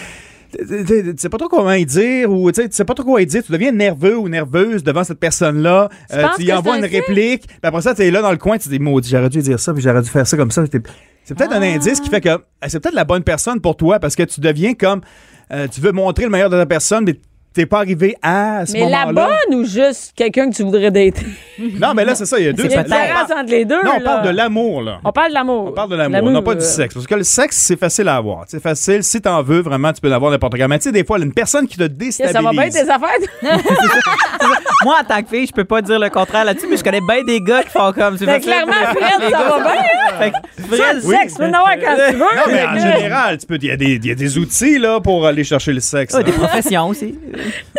F: t- t- tu sais pas trop comment y dire ou tu sais- tu sais pas trop quoi y dire, tu deviens nerveux ou nerveuse devant cette personne-là, Euh,
C: penses
F: tu
C: que
F: y
C: c'est
F: envoies
C: un
F: une
C: signe?
F: réplique, puis après ça, tu es là dans le coin, tu te dis, maudit, j'aurais dû dire ça, puis j'aurais dû faire ça comme ça. T'es- C'est peut-être
C: Ah.
F: un indice qui fait que euh, c'est peut-être la bonne personne pour toi parce que tu deviens comme, euh, tu veux montrer le meilleur de ta personne, mais t'es pas arrivé à ce
C: Mais
F: moment-là.
C: la bonne ou juste quelqu'un que tu voudrais dater?
F: Non, mais là, c'est ça, il y a deux.
C: Il y a une
F: là, on
C: différence
F: parle-
C: entre les deux.
F: non, on
C: là.
F: parle de l'amour, là.
C: On parle de l'amour.
F: On parle de l'amour, non pas
C: euh,
F: du sexe. Parce que le sexe, c'est facile à avoir. C'est facile. Si t'en veux, vraiment, tu peux l'avoir n'importe quand. Mais tu sais, des fois, une personne qui te déstabilise.
C: Ça va bien tes affaires?
E: Moi, en tant que fille, je peux pas dire le contraire là-dessus, mais je connais bien des gars qui font comme.
C: Mais Ben, clairement, Fred, ça va bien. hein?
E: Fait que,
C: Ça,
E: Fred,
C: le sexe, tu peux en avoir quand tu veux.
F: non, mais en général, tu peux- il y, a des- il y a des outils là, pour aller chercher le sexe.
E: Ah, des
F: hein.
E: professions aussi.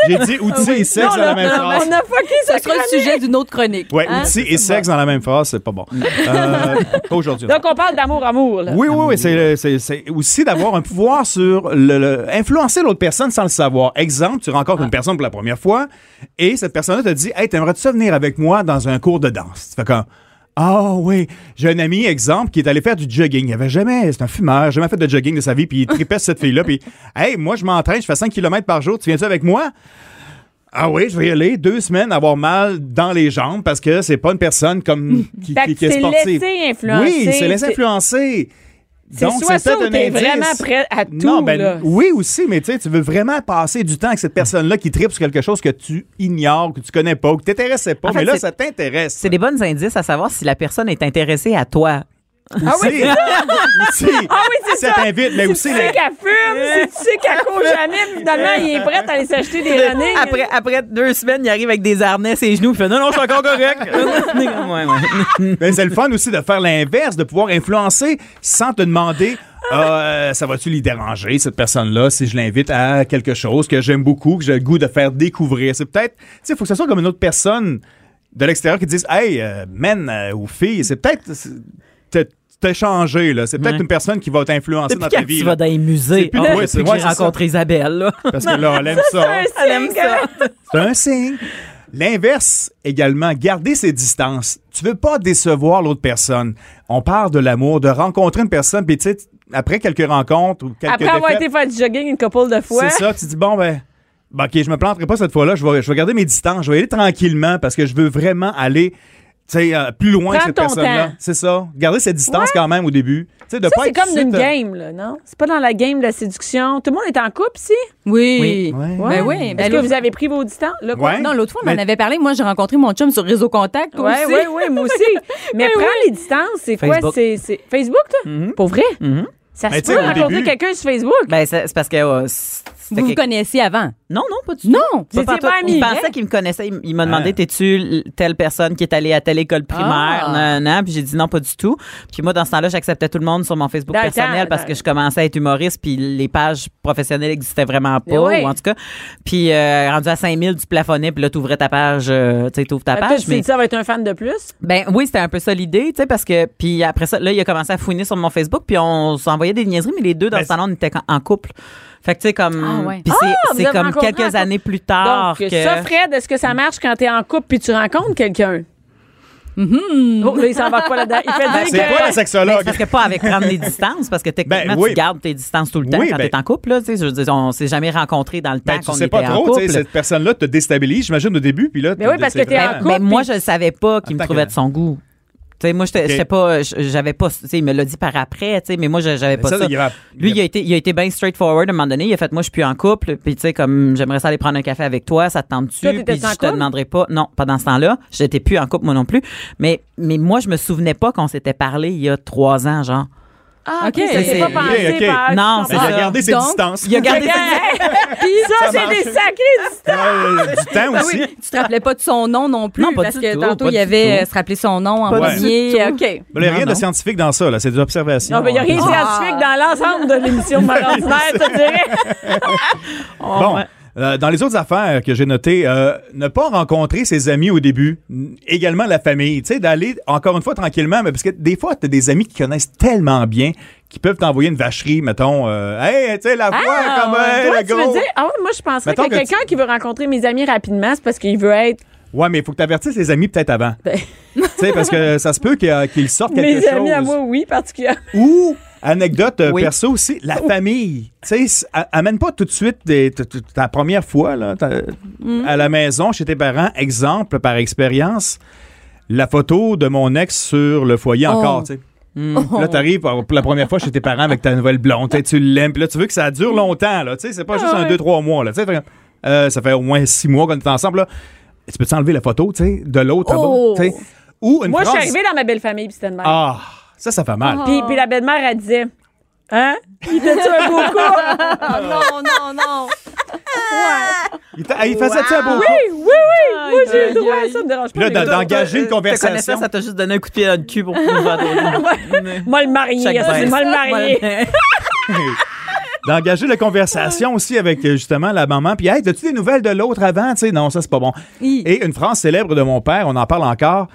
F: J'ai dit outils et
C: Oh, Non,
F: sexe dans
C: là,
F: la même phrase.
C: on a fucké
D: Ça
C: ça.
D: sera le sujet d'une autre chronique.
F: Ouais,
D: hein?
F: outils et sexe dans la même phrase, c'est pas bon. Euh, pas aujourd'hui.
C: Donc, on parle d'amour-amour. là.
F: Oui, oui, oui. C'est, le- c'est- c'est aussi d'avoir un pouvoir sur le, le- influencer l'autre personne sans le savoir. Exemple, tu rencontres
C: Ah.
F: une personne pour la première fois et cette personne-là te dit Hey, t'aimerais-tu ça venir avec moi dans un cours de danse Tu fais comme. Ah oui, j'ai un ami, exemple, qui est allé faire du jogging. Il avait jamais, c'est un fumeur, jamais fait de jogging de sa vie, puis il tripait sur cette fille-là, puis Hey, moi je m'entraîne, je fais 5 km par jour, tu viens-tu avec moi? Ah oui, je vais y aller deux semaines avoir mal dans les jambes parce que c'est pas une personne comme qui,
C: Fait
F: qui-
C: que
F: qui est
C: tu t'es
F: sportive.
C: laissé influencer,
F: Oui, c'est laissé
C: t'es-
F: influencer.
C: C'est
F: Donc,
C: soit ça
F: peut-être
C: ou
F: un
C: t'es
F: indice.
C: vraiment prêt à tout.
F: Non, ben,
C: là.
F: oui aussi, mais tu sais, tu veux vraiment passer du temps avec cette personne-là qui tripe sur quelque chose que tu ignores, que tu connais pas, ou que t'intéressais pas,
E: En fait,
F: mais là,
E: c'est-
F: ça t'intéresse.
E: C'est des bonnes indices à savoir si la personne est intéressée à toi.
F: Ah oui, aussi.
C: Ah oui, c'est ça.
F: t'invite, mais
C: si
F: aussi...
C: tu
F: la-
C: sais qu'elle fume, si tu sais qu'elle court jamais, puis finalement, il est prêt à aller s'acheter des running.
E: Après, après deux semaines, il arrive avec des harnais, ses genoux, il fait non, non, je suis encore correct. Ouais, ouais.
F: Mais c'est le fun aussi de faire l'inverse, de pouvoir influencer sans te demander Ah, euh, ça va-tu les déranger, cette personne-là, si je l'invite à quelque chose que j'aime beaucoup, que j'ai le goût de faire découvrir. C'est peut-être, tu sais, il faut que ce soit comme une autre personne de l'extérieur qui dise Hey, euh, man euh, ou fille, c'est peut-être. c'est- t'as- T'as changé, là. C'est peut-être
E: Ouais.
F: une personne qui va t'influencer dans
E: Depuis
F: ta
E: quand
F: vie.
E: tu
F: là.
E: vas dans les musées?
F: plus-
E: Ah,
F: ouais,
E: depuis
F: c'est-
E: que
F: ouais,
E: j'ai
F: c'est ça.
E: rencontré Isabelle, là.
F: Parce que là, elle aime ça.
E: Elle aime ça.
F: C'est un signe. L'inverse également, garder ses distances. Tu veux pas décevoir l'autre personne. On parle de l'amour, de rencontrer une personne, puis tu sais, après quelques rencontres ou quelques
C: Après avoir
F: défaites,
C: été hein? faire du jogging une couple de fois.
F: c'est ça, tu dis bon ben, ben, OK, je me planterai pas cette fois-là, je vais je vais garder mes distances, je vais aller tranquillement parce que je veux vraiment aller tu tu sais, euh, plus loin que
C: Prends
F: cette
C: ton
F: personne-là.
C: temps.
F: C'est ça. Garder cette distance quand même au début. Tu sais, de
C: Ça,
F: pas
C: c'est
F: être
C: comme
F: tout de
C: une
F: suite, euh,
C: game, là, non? C'est pas dans la game de la séduction. Tout le monde est en couple ici?
D: Oui.
F: Ouais.
D: Ben oui. Ben
C: Est-ce que
D: l'autre-
C: vous avez pris vos distances? Là, quoi?
E: Hein?
F: Ouais.
D: Non, l'autre fois, on en
F: Mais-
D: avait parlé. Moi, j'ai rencontré mon chum sur Réseau Contact
C: Oui,
D: aussi.
C: oui, oui, moi aussi. Mais prends les distances, c'est quoi?
E: Facebook. Mhm.
C: C'est c'est- Facebook, toi? Pour vrai? Ça
F: Mais
C: se
F: euh, ben, tu sais,
C: peut
F: au
C: rencontrer
F: début-
C: quelqu'un sur Facebook?
E: Ben, c'est c'est parce que. euh, c'était
D: Vous vous
E: quelque-
D: connaissiez avant?
E: Non, non, pas du tout.
D: Non.
C: Vous étiez
E: pantoute.
C: pas amis,
E: Il
C: hein?
E: pensait qu'il me connaissait. Il, il m'a demandé
F: Ah.
E: T'es-tu l- telle personne qui est allée à telle école primaire
D: Ah.
E: Nan, nan. Puis j'ai dit non, pas du tout. Puis moi, dans ce temps-là, j'acceptais tout le monde sur mon Facebook
C: Dans le
E: personnel
C: temps,
E: parce
C: dans-
E: que je commençais à être humoriste, puis les pages professionnelles n'existaient vraiment
C: Mais
E: pas,
C: ouais.
E: ou en tout cas. Puis euh, rendu à 5000, tu plafonnais, puis là, t'ouvrais ta page. euh, tu sais, t'ouvres ta
C: Toi,
E: page.
C: tu sais, ça va être un fan de plus?
E: Ben oui, c'était un peu ça l'idée, tu sais, parce que puis après ça, là, il a commencé à fouiner sur mon Facebook, puis on s'envoyait des niaiseries, mais les deux dans
F: Ben,
E: le salon, on était en- en couple. Fait que tu sais comme,
D: Ah ouais.
E: puis c'est-
C: vous
E: c'est
C: êtes
E: comme
C: rencontrés en
E: quelques
C: couple.
E: années plus tard
C: Donc,
E: que.
C: ça, Fred, est-ce que ça marche quand t'es en couple puis tu rencontres quelqu'un? Oh, là, il s'en va pas là-dedans. Il fait dire
F: C'est
C: que...
F: quoi la
E: Ben,
F: sexologue?
E: c'est parce que pas avec prendre les distances, parce que techniquement,
F: Ben, oui.
E: tu gardes tes distances tout le temps
F: Oui,
E: quand
F: ben-
E: t'es en couple. Là, tu sais, je veux dire, on s'est jamais rencontrés dans le
F: Ben,
E: temps
F: tu
E: qu'on
F: sais
E: était
F: pas
E: en
F: trop, tu
E: couple.
F: sais, cette personne-là te déstabilise, j'imagine, au début, puis là...
C: Ben oui, parce
F: c'est
C: que t'es en
F: vraiment-
C: couple.
E: Mais moi,
C: puis-
E: je le savais pas qu'il me
F: Attends
E: trouvait
F: que-
E: de son goût. Tu sais, moi, j'étais
F: Ok.
E: j'étais pas, j- j'avais pas, tu sais, il me l'a dit par après, tu sais, mais moi, je- j'avais
F: Mais
E: pas
F: ça,
E: ça.
F: il y a-
E: Lui, il a été, il a été bien straightforward à un moment donné. Il a fait, moi, je suis plus en couple. Puis, tu sais, comme, j'aimerais ça aller prendre un café avec toi. Ça te tente-tu?
C: Toi, t'étais
E: Puis, je
C: en
E: te
C: couple?
E: demanderai pas. Non, pendant ce temps-là, j'étais plus en couple, moi non plus. Mais, mais moi, je me souvenais pas qu'on s'était parlé il y a trois ans, genre.
C: Ah, OK.
D: Ok,
C: ça, c'est pas
F: ok,
C: pensé
F: ok. Ah,
C: par-
E: Non,
F: Il
E: c'est
F: a
C: Ah,
E: ça.
F: gardé ses
D: Donc,
F: distances.
E: Il a gardé
C: Ça,
F: Ça
C: c'est
F: marche.
C: des sacrés distances.
F: Euh,
C: Ben
F: du temps
D: Ah
F: aussi.
D: oui, tu te rappelais pas de son nom non plus
E: Non, pas
D: parce
E: du
D: que
E: tout,
D: tantôt
E: pas
D: il y
E: du
D: avait
E: tout.
D: euh, se rappeler son nom en
E: Pas du
D: premier. euh, OK.
F: Mais Il n'y a
E: Non,
F: rien de
E: non.
F: scientifique dans ça, là. c'est des observations. euh,
C: Non, mais il n'y a rien de
F: Bon.
C: scientifique dans l'ensemble de l'émission de Mère ordinaire, je te dirais.
F: Bon. Euh, dans les autres affaires que j'ai notées, euh, ne pas rencontrer ses amis au début, n- également la famille, tu sais, d'aller encore une fois tranquillement, mais parce que des fois, tu as des amis qui connaissent tellement bien qui peuvent t'envoyer une vacherie, mettons, euh, hey, tu sais, la voix, comme, hey,
C: Ah, Toi,
F: le
C: tu
F: gros.
C: veux dire, ah ouais, moi, je penserais
F: Mettons
C: que,
F: que tu-
C: quelqu'un qui veut rencontrer mes amis rapidement, c'est parce qu'il veut être.
F: Ouais, mais il faut que tu avertisses les amis peut-être avant.
C: Ben-
F: tu sais, parce que ça se peut qu'il y a- qu'ils sortent quelque
C: mes
F: chose.
C: amis à moi, oui, particulièrement.
F: Ou, anecdote euh,
E: Oui.
F: perso aussi, la
C: Oh.
F: famille. Tu sais, s- a- amène pas tout de suite des- t- t- ta première fois là, ta-
C: Mm.
F: à la maison chez tes parents. Exemple, par expérience, la photo de mon ex sur le foyer
D: Oh.
F: encore, tu sais.
C: Mm.
F: Puis Là, t'arrives pour pour la première fois chez tes parents avec ta nouvelle blonde. tu sais, Tu l'aimes. Puis là, tu veux que ça dure longtemps. Là, tu sais, c'est pas juste
C: Mm. Ah
F: un,
C: ouais.
F: deux, trois mois. Là, tu sais, fait- euh, ça fait au moins six mois qu'on est ensemble. Là. Tu peux t'enlever la photo tu sais, de l'autre
D: Oh.
F: là-bas, tu sais. Ou une
C: Moi, je suis
F: phrase-
C: arrivée dans ma belle famille, puis c'était de même.
F: Ah, ça, ça fait mal.
C: Puis, puis la belle-mère, elle disait Hein Il était-tu un beau couple
D: non, non, non.
F: Il, t'a- il faisait ça beau.
C: Oui, oui, oui. Moi, j'ai le droit à ça, me dérange
F: Puis
C: pas.
F: là,
C: les
E: Euh,
F: dans-
C: gars.
F: d'engager une
E: Te connaissant,
F: conversation.
E: Ça t'a juste donné un coup de pied dans le cul pour pouvoir
C: Moi, le marié,
E: Chaque
C: c'est
E: baisse.
C: moi le marié.
F: D'engager la conversation aussi avec euh, justement la maman. Puis, hey, as-tu des nouvelles de l'autre avant? Tu sais, non, ça, c'est pas bon.
D: Hi.
F: Et une phrase célèbre de mon père, on en parle encore.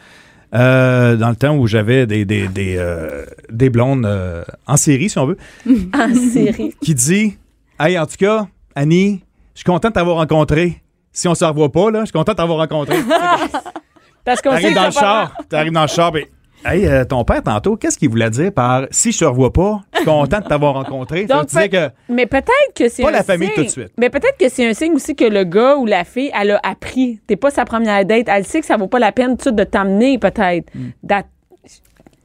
F: euh, dans le temps où j'avais des, des, des, euh, des blondes euh, en série, si on veut,
C: En série.
F: qui dit Hey, en tout cas, Annie, je suis content de t'avoir rencontré. Si on se revoit pas, là, je suis content de t'avoir rencontré.
C: Parce qu'on sait
F: T'arrives
C: que
F: dans le
C: ça va-
F: char. T'arrives dans le char. puis, Hey, euh, ton père, tantôt, qu'est-ce qu'il voulait dire par si je te revois pas, je suis content de t'avoir rencontré? Ça veut
C: Donc,
F: dire que.
C: peut- mais peut-être que c'est
F: Pas
C: un
F: la famille
C: signe.
F: tout de suite.
C: Mais peut-être que c'est un signe aussi que le gars ou la fille, elle a appris. T'es pas sa première date. Elle sait que ça vaut pas la peine tout de suite de t'emmener, peut-être.
F: Hmm.
C: D'a-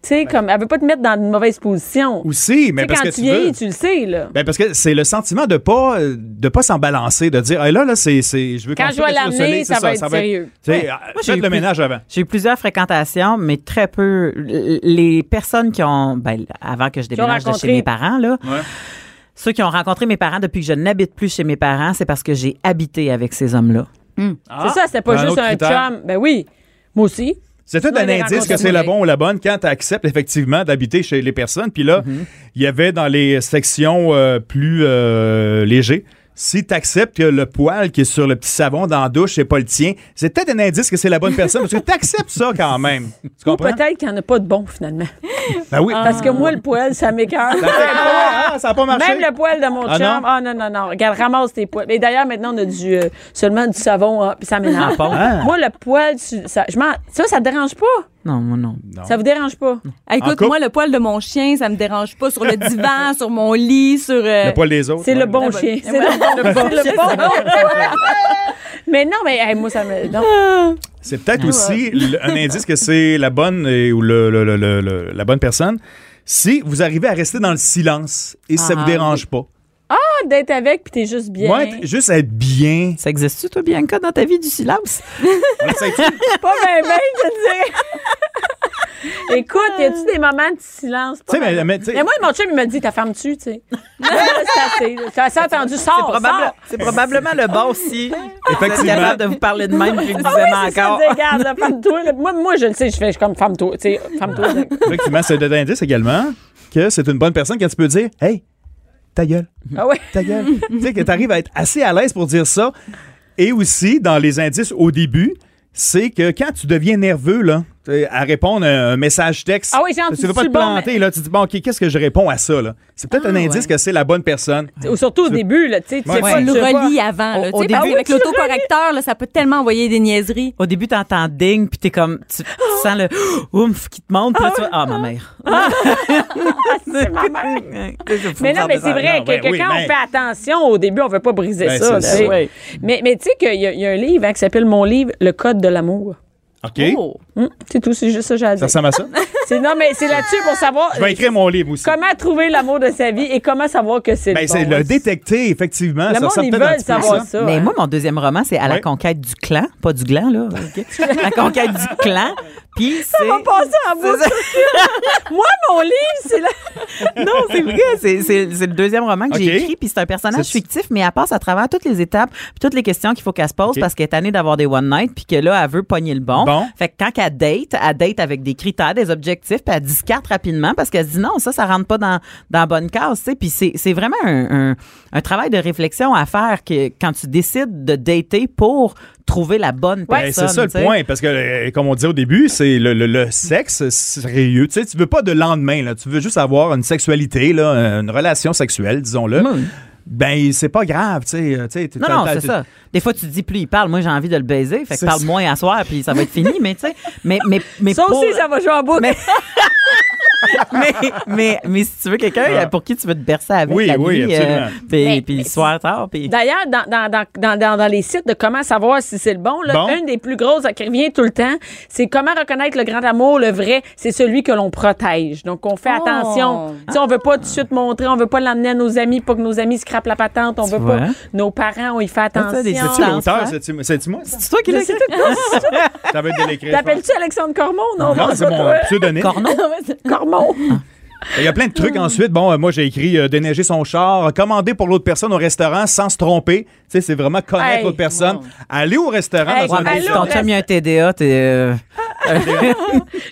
C: Tu sais, comme, elle veut pas te mettre dans une mauvaise position. Tu
F: Aussi, Ben. mais
C: sais,
F: parce
C: quand
F: que
C: tu
F: tu veux.
C: vieillis, tu le sais, là.
F: Ben, parce que c'est le sentiment de pas euh, de pas s'en balancer, de dire hey, là là c'est c'est je veux
C: Quand
F: qu'on
C: je
F: fasse
C: vais
F: quelque chose de
C: l'amener,
F: solide,
C: ça
F: c'est
C: va être sérieux.
F: Tu sais,
E: Ouais.
F: ah,
E: Moi, j'ai
F: faites
E: eu
F: le
E: plus-
F: ménage avant.
E: J'ai eu plusieurs fréquentations, mais très peu. L- Les personnes qui ont, ben, avant que je déménage de
C: rencontré.
E: chez mes parents, là, ceux qui ont rencontré mes parents depuis que je n'habite plus chez mes parents, c'est parce que j'ai habité avec ces hommes-là.
C: c'est ça, c'était pas
F: Ah, un
C: juste
F: autre
C: un
F: critère.
C: chum. Ben oui. Moi aussi.
F: C'est tout
C: Non,
F: un
C: les
F: indice que
C: rencontres
F: c'est le
D: humaines.
F: bon ou la bonne quand tu acceptes effectivement d'habiter chez les personnes. Puis là,
E: Mhm.
F: il y avait dans les sections euh, plus euh, légers, si tu acceptes que le poil qui est sur le petit savon dans la douche, c'est pas le tien, c'est peut-être un indice que c'est la bonne personne parce que tu acceptes ça quand même. Tu
C: Ou
F: comprends?
C: peut-être qu'il n'y en a pas de bon, finalement.
F: Ben oui.
C: Parce que moi, le poil, ça m'écœure.
F: Ça fait pas- ah, ça n'a pas marché.
C: Même le poil de mon
F: Ah,
C: chum.
F: non?
C: Ah non, non, non. Regarde, ramasse tes poils. Et d'ailleurs, maintenant, on a du, euh, seulement du savon, hein, puis ça m'énerve.
E: Ah bon?
F: Ah.
C: Moi, le poil, tu- ça, je m'en- ça, ça te dérange pas?
E: Non, moi, non.
F: Non.
C: Ça vous dérange pas?
D: Ah, écoute,
F: couple?
D: moi, le poil de mon chien, ça me dérange pas sur le divan, sur mon lit, sur. euh,
F: Le poil des autres.
C: C'est
F: ouais.
C: le bon
D: Ah,
C: chien.
D: ouais.
C: C'est le bon, c'est le bon. Mais non, mais hey, moi, ça me. non.
F: C'est peut-être aussi l- un indice que c'est la bonne et- ou le- le- le- le- le- la bonne personne. Si vous arrivez à rester dans le silence et ça vous dérange pas.
C: Ah, d'être avec, puis t'es juste bien.
F: Moi, être- juste être bien.
E: Ça existe-tu, toi, Bianca, dans ta vie du silence?
F: On essaie-
C: Pas bien, bien, je te dis. Écoute, y a-tu des moments de silence? Pas
F: Tu sais, mais-
C: mal.
F: mais tu sais-
C: moi, mon chum, il m'a dit, ta femme tue, tu sais. Là, c'est assez. là. C'est assez entendu,
E: C'est
C: sors,
E: probable-
C: sors.
E: c'est probablement le bon si vous êtes
F: Effectivement.
E: capable de vous parler de même puis vous
C: Ah oui,
E: aimez
C: c'est ça,
E: encore.
C: dire, regarde, là, femme-toi. là. Moi, moi, je le sais, je fais, je suis comme femme-toi, tu sais, femme-toi. là.
F: Effectivement, c'est un indice également que c'est une bonne personne quand tu peux dire Hey, ta gueule,
C: Ah ouais.
F: ta gueule. tu sais, que tu arrives à être assez à l'aise pour dire ça. Et aussi, dans les indices au début, c'est que quand tu deviens nerveux, là, tu sais, à répondre à un message texte,
C: Ah oui, genre,
F: tu
C: tu
F: veux pas
C: dis
F: te
C: le bon,
F: planter,
C: mais- Ah,
F: là, tu dis, bon, OK, qu'est-ce que je réponds à ça? là? C'est peut-être un indice
E: ouais.
F: que c'est la bonne personne.
C: Ou surtout au début, là, tu sais, tu sais
F: Ouais.
C: pas,
D: le
C: tu sais pas.
D: relis avant. Là,
E: Au- au
D: tu sais, parce
E: début,
D: qu'avec
E: tu
D: l'autocorrecteur, là, ça peut tellement envoyer des niaiseries.
E: Au début, t'entends ding, puis t'es comme, tu, tu sens le ouf qui te monte, puis là, tu vas, ah, ma mère.
C: C'est ma mère. Mais non, mais c'est vrai
F: non,
C: que,
F: ben
C: que
F: oui,
C: quand
F: mais-
C: on fait attention au début, on veut pas briser
F: Ben,
C: ça.
F: c'est
C: là,
F: ça.
C: oui. Mais, mais tu sais qu'il y, a- il y a un livre hein, qui s'appelle Mon livre, Le Code de l'amour.
F: OK?
C: Hum, c'est tout, c'est juste ça que j'ai à
F: Ça
C: dire.
F: ressemble à ça?
C: C'est- Non, mais c'est là-dessus pour savoir
F: je vais écrire mon livre aussi.
C: comment trouver l'amour de sa vie et comment savoir que c'est
F: Ben,
C: le bon.
F: c'est
C: Ouais.
F: le détecter, effectivement.
C: Le
F: ça
C: monde,
F: ressemble
C: ils
F: peut-être un
C: veulent
F: petit peu à
C: savoir ça.
E: Mais
C: hein.
E: moi, mon deuxième roman, c'est À la
F: Ouais.
E: conquête du clan, pas du gland, là. ok? la conquête du clan. Puis c'est.
C: On va passer en boucle. Moi, mon livre, c'est là.
E: non, c'est vrai. C'est, c'est- c'est le deuxième roman que
F: Ok.
E: j'ai écrit, puis c'est un personnage
F: C'est-
E: fictif, mais elle passe à travers toutes les étapes, puis toutes les questions qu'il faut qu'elle se pose
F: Ok.
E: parce qu'elle est tannée d'avoir des one night, puis que là, elle veut pogner le bon.
F: Bon.
E: Fait que quand elle date, elle date avec des critères, des objectifs, puis elle discarte rapidement parce qu'elle se dit non, ça, ça rentre pas dans, dans la bonne case, tu sais. Puis c'est, c'est vraiment un, un- un travail de réflexion à faire que, quand tu décides de dater pour trouver la bonne
F: Ben,
E: personne.
F: c'est ça le
E: tu sais.
F: point, parce que, euh, comme on dit au début, c'est le, le- le sexe sérieux. Tu sais, tu veux pas de lendemain, là. Tu veux juste avoir une sexualité, là, une relation sexuelle, disons-le.
E: Oui.
F: Ben, c'est pas grave, tu sais. euh, tu sais, t'es-
E: Mm. Non,
F: t'as-
E: non,
F: t'as-
E: c'est
F: t'as-
E: ça. Des fois, tu te dis, plus il parle, moi, j'ai envie de le baiser. Fait que
F: C'est
E: parle
F: ça.
E: moins à soir, puis ça va être fini. Mais, tu sais, mais, mais, mais,
C: Ça
E: pour-
C: aussi, ça va jouer en boucle.
E: Mais- mais, mais, mais si tu veux quelqu'un
F: Ah.
E: pour qui tu veux te bercer avec
F: Oui,
E: la
F: oui,
E: nuit, euh,
F: absolument.
E: puis,
C: Mais-
E: puis le soir tard, puis...
C: D'ailleurs, dans, dans, dans, dans, dans- dans les sites de comment savoir si c'est le bon, là,
F: Bon.
C: une des plus grosses qui revient tout le temps, c'est comment reconnaître le grand amour, le vrai, c'est celui que l'on protège. Donc, on fait
D: Oh.
C: attention. Tu sais, on veut pas tout de suite montrer, on veut pas l'amener à nos amis, pas que nos amis se crappent la patente, on veut
E: vois?
C: pas. Nos parents, on y fait
E: Ah, ça, des
C: attention.
E: études.
F: L'auteur, c'est-tu- c'est-tu moi? ça?
E: C'est toi qui l'as écrit?
F: Ça va être de l'écrire.
C: T'appelles-tu Alexandre Cormon? Non,
F: je pense. Non, c'est mon pseudonyme.
E: Cornon.
C: Cormon.
F: Il y a plein de trucs ensuite. Bon, euh, moi, j'ai écrit euh, déneiger son char, commander pour l'autre personne au restaurant sans se tromper. Tu sais, c'est vraiment connaître
C: Hey.
F: l'autre personne. Aller au restaurant
C: Hey,
F: dans un
E: Ouais, mais si
C: Allô,
E: ton
C: reste-
E: chum il a un TDA, t'es... euh,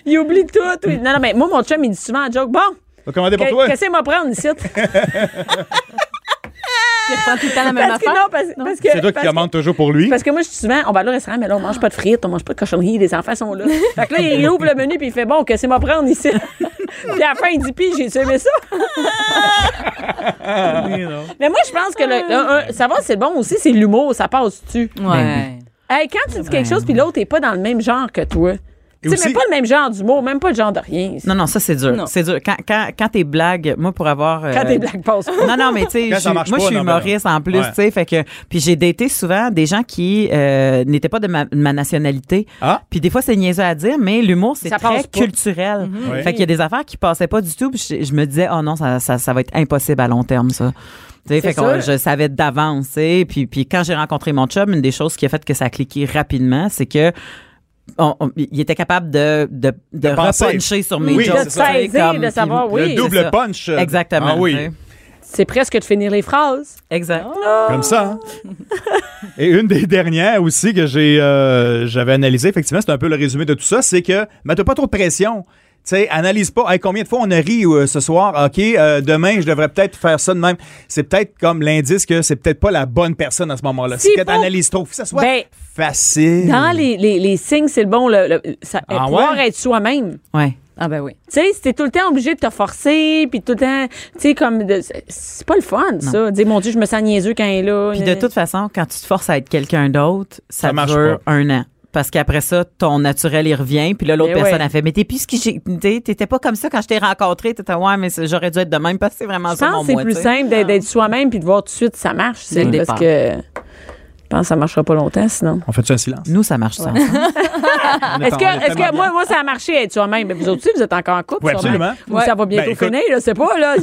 C: Il oublie tout. oui. Non, non, mais moi, mon chum, il dit souvent en joke, bon,
F: Faut commander pour toi.
C: que- qu'est-ce qu'il m'a prendre ici?
D: Tu reprends tout le temps la même
C: Parce que
D: affaire.
C: non, parce, parce que...
F: C'est toi qui
C: parce que-
F: commandes toujours pour lui.
C: Parce que moi, je dis souvent, on va aller au restaurant, mais là, on mange pas de frites, on mange pas de cochonneries, les enfants sont là. Fait que là, il ouvre le menu, puis il fait bon, que c'est moi prendre ici. puis à la fin, il dit, puis j'ai aimé ça. mais moi, je pense que le, le- un- savoir si c'est bon aussi, c'est l'humour, ça passe dessus.
E: Ben
D: Ouais.
C: Hey, quand tu dis quelque chose, puis l'autre est pas dans le même genre que toi. Tu sais,
F: aussi-
C: même pas le même genre d'humour, même pas le genre de rien.
E: Non, non, ça, c'est dur.
D: Non.
E: C'est dur. Quand, quand, quand t'es blague, moi, pour avoir... euh,
C: Quand tes blagues passent.
E: Non, non, mais tu sais,
F: Quand
E: je
F: ça
E: suis- moi,
F: marche
E: je
F: pas,
E: suis
F: non, ben non.
E: humoriste en plus,
F: Ouais.
E: tu sais, fait que... Puis j'ai daté souvent des gens qui euh, n'étaient pas de ma, de ma nationalité.
F: Ah.
E: Puis des fois, c'est niaiseux à dire, mais l'humour, c'est
C: Ça
E: très
C: passe pas. Mhm.
E: culturel.
F: Oui.
E: Fait qu'il y a des affaires qui passaient pas du tout, puis je, je me disais, oh non, ça, ça, ça va être impossible à long terme, ça. Tu
C: C'est
E: sais, fait
C: sûr.
E: que je savais d'avance, tu sais. puis, puis quand j'ai rencontré mon chum, une des choses qui a fait que ça a cliqué rapidement, c'est que on- on- il était capable de, de, de,
F: penser.
E: repuncher sur mes
F: Oui,
E: jokes.
F: c'est ça.
E: tu sais,
C: Saisir, de
E: puis-
C: savoir, oui.
F: le
C: c'est
F: double
E: ça.
F: punch. euh,
E: Exactement.
F: Ah oui.
E: tu sais.
C: C'est presque de finir les phrases.
E: Exact.
C: Ah
F: Comme ça. hein? Et une des dernières aussi que j'ai euh, j'avais analysé, effectivement, c'est un peu le résumé de tout ça, c'est que mais t'as pas trop de pression. Tu sais, analyse pas Hey, combien de fois on a ri euh, ce soir, OK, euh, demain je devrais peut-être faire ça de même. C'est peut-être comme l'indice que c'est peut-être pas la bonne personne à ce moment-là.
C: Si
F: C'est que
C: faut-
F: t'analyses trop, Faut que ça soit
C: Ben,
F: facile.
C: Dans les, les, les signes, c'est le bon, le, le- ça,
F: Ah
C: pouvoir
F: ouais?
C: être soi-même.
E: Ouais.
D: Ah ben oui.
C: Tu sais, si t'es tout le temps obligé de te forcer, puis tout le temps, tu sais, comme, de- c'est pas le fun, ça. Dire, mon Dieu, je me sens niaiseux quand il est là.
E: Puis de toute façon, quand tu te forces à être quelqu'un d'autre, ça,
F: Ça marche
E: dure un an. Parce qu'après ça, ton naturel, il revient. Puis là, l'autre
C: Mais ouais.
E: personne a fait, mais t'es plus ce qui j'ai- t'es- T'étais pas comme ça quand je t'ai rencontré. T'étais, ouais, mais c'est- j'aurais dû être de même parce que c'est vraiment
C: Je
E: ça
C: pense
E: mon
C: que c'est
E: moi,
C: plus
E: tu sais.
C: simple d'être- d'être soi-même puis de voir tout de suite si ça marche. C'est
E: Dès le
C: parce que pense que ça marchera pas longtemps, sinon.
F: On fait ça un silence.
E: Nous, ça marche ça.
F: On
C: Ah, Est-ce
F: attend- on
C: que, est-ce
F: attend-
C: que moi, moi, ça a marché être soi-même? Mais vous autres aussi, vous êtes encore en couple.
F: Ouais,
C: sûrement.
F: absolument.
C: Ou ça va bientôt
F: Ben, écoute-
C: finir, je sais pas, là.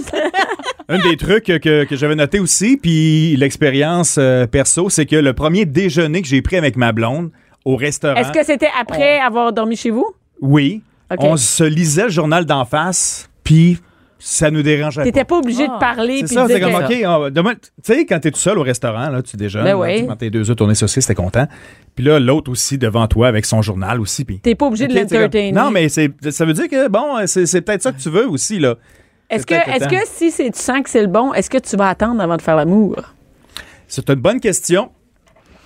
F: Un des trucs que, que j'avais noté aussi, puis l'expérience euh, perso, c'est que le premier déjeuner que j'ai pris avec ma blonde au restaurant,
C: Est-ce que c'était
D: Oh.
C: après avoir dormi chez vous?
F: oui,
C: Ok.
F: on se lisait le journal d'en face, puis ça nous dérangeait
C: T'étais pas obligé
D: Ah.
C: de parler.
F: C'est
C: puis
F: ça,
C: de
F: c'est
C: dire
F: comme,
C: que-
F: OK, on- demain, tu sais, quand t'es tout seul au restaurant, là, tu déjeunes,
C: Ben
F: là,
C: oui.
F: tu prends tes deux œufs tournés saucisses, t'es content. Puis là, l'autre aussi devant toi avec son journal aussi. Puis,
C: T'es pas obligé de
F: OK, t'es comme-
C: l'entertainer.
F: Non, mais c'est, ça veut dire que, bon, c'est, c'est peut-être ça que tu veux aussi, là.
C: Est-ce que,
F: c'est peut-être le
C: est-ce
F: temps.
C: que si c'est- tu sens que c'est le bon, est-ce que tu vas attendre avant de faire l'amour?
F: C'est une bonne question.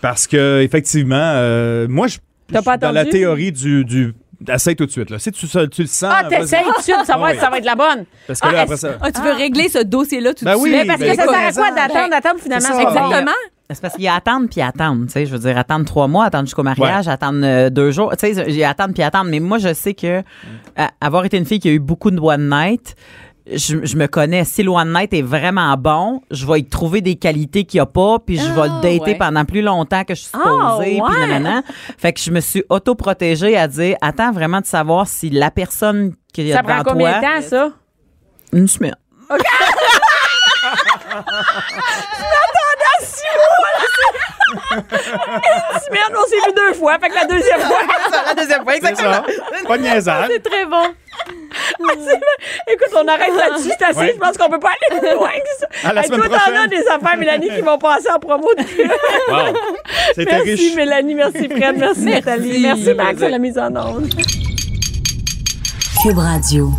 F: Parce que, effectivement, euh, moi, je
C: T'as
F: je
C: pas
F: suis dans la
C: attendu?
F: théorie du. du essaye tout de suite, là. Si tu, tu le sens.
C: Ah, t'essayes tout de suite de savoir
F: Ah oui.
C: si ça va être la bonne.
F: Parce que
C: Ah,
F: là, après
C: est-ce-
F: ça.
D: Ah, tu veux régler ce dossier-là tout
F: Ben
D: de
F: oui,
D: suite?
C: Mais parce
F: ben
C: que ça
F: écoute,
C: sert à quoi d'attendre, d'attendre finalement?
F: C'est ça.
C: Exactement.
D: Exactement.
E: Ben, C'est parce qu'il y a attendre puis attendre, tu sais. Je veux dire, attendre trois mois, attendre jusqu'au mariage, attendre euh, deux jours. Tu sais, il y a attendre puis attendre. Mais moi, je sais que euh, avoir été une fille qui a eu beaucoup de one night, je, je me connais. Si le one night est vraiment bon, je vais y trouver des qualités qu'il n'y a pas, puis je vais le dater
D: ouais.
E: pendant plus longtemps que je suis supposée,
C: Ah,
E: puis
C: ouais.
E: nanana. Fait que je me suis auto-protégée à dire, attends vraiment de savoir si la personne qu'il y a
C: Ça
E: devant
C: prend combien de
E: toi-
C: temps, ça?
E: Une semaine.
C: Merde, on s'est vu deux fois. Fait que la deuxième fois,
E: la deuxième fois,
F: C'est ça. hein? Pas de niaisage.
C: c'est très bon. Écoute, on arrête là-dessus, c'est assez.
F: Ouais.
C: Je pense qu'on peut pas aller plus loin que ça.
F: À la
C: Hey,
F: semaine
C: toi, t'en as
F: prochaine.
C: des affaires, Mélanie, qui vont passer en promo.
F: Wow. C'était
C: merci,
F: riche.
C: Mélanie. Merci, Fred. Merci, Nathalie. Merci, Max, à la mise en onde.
A: Cube Radio.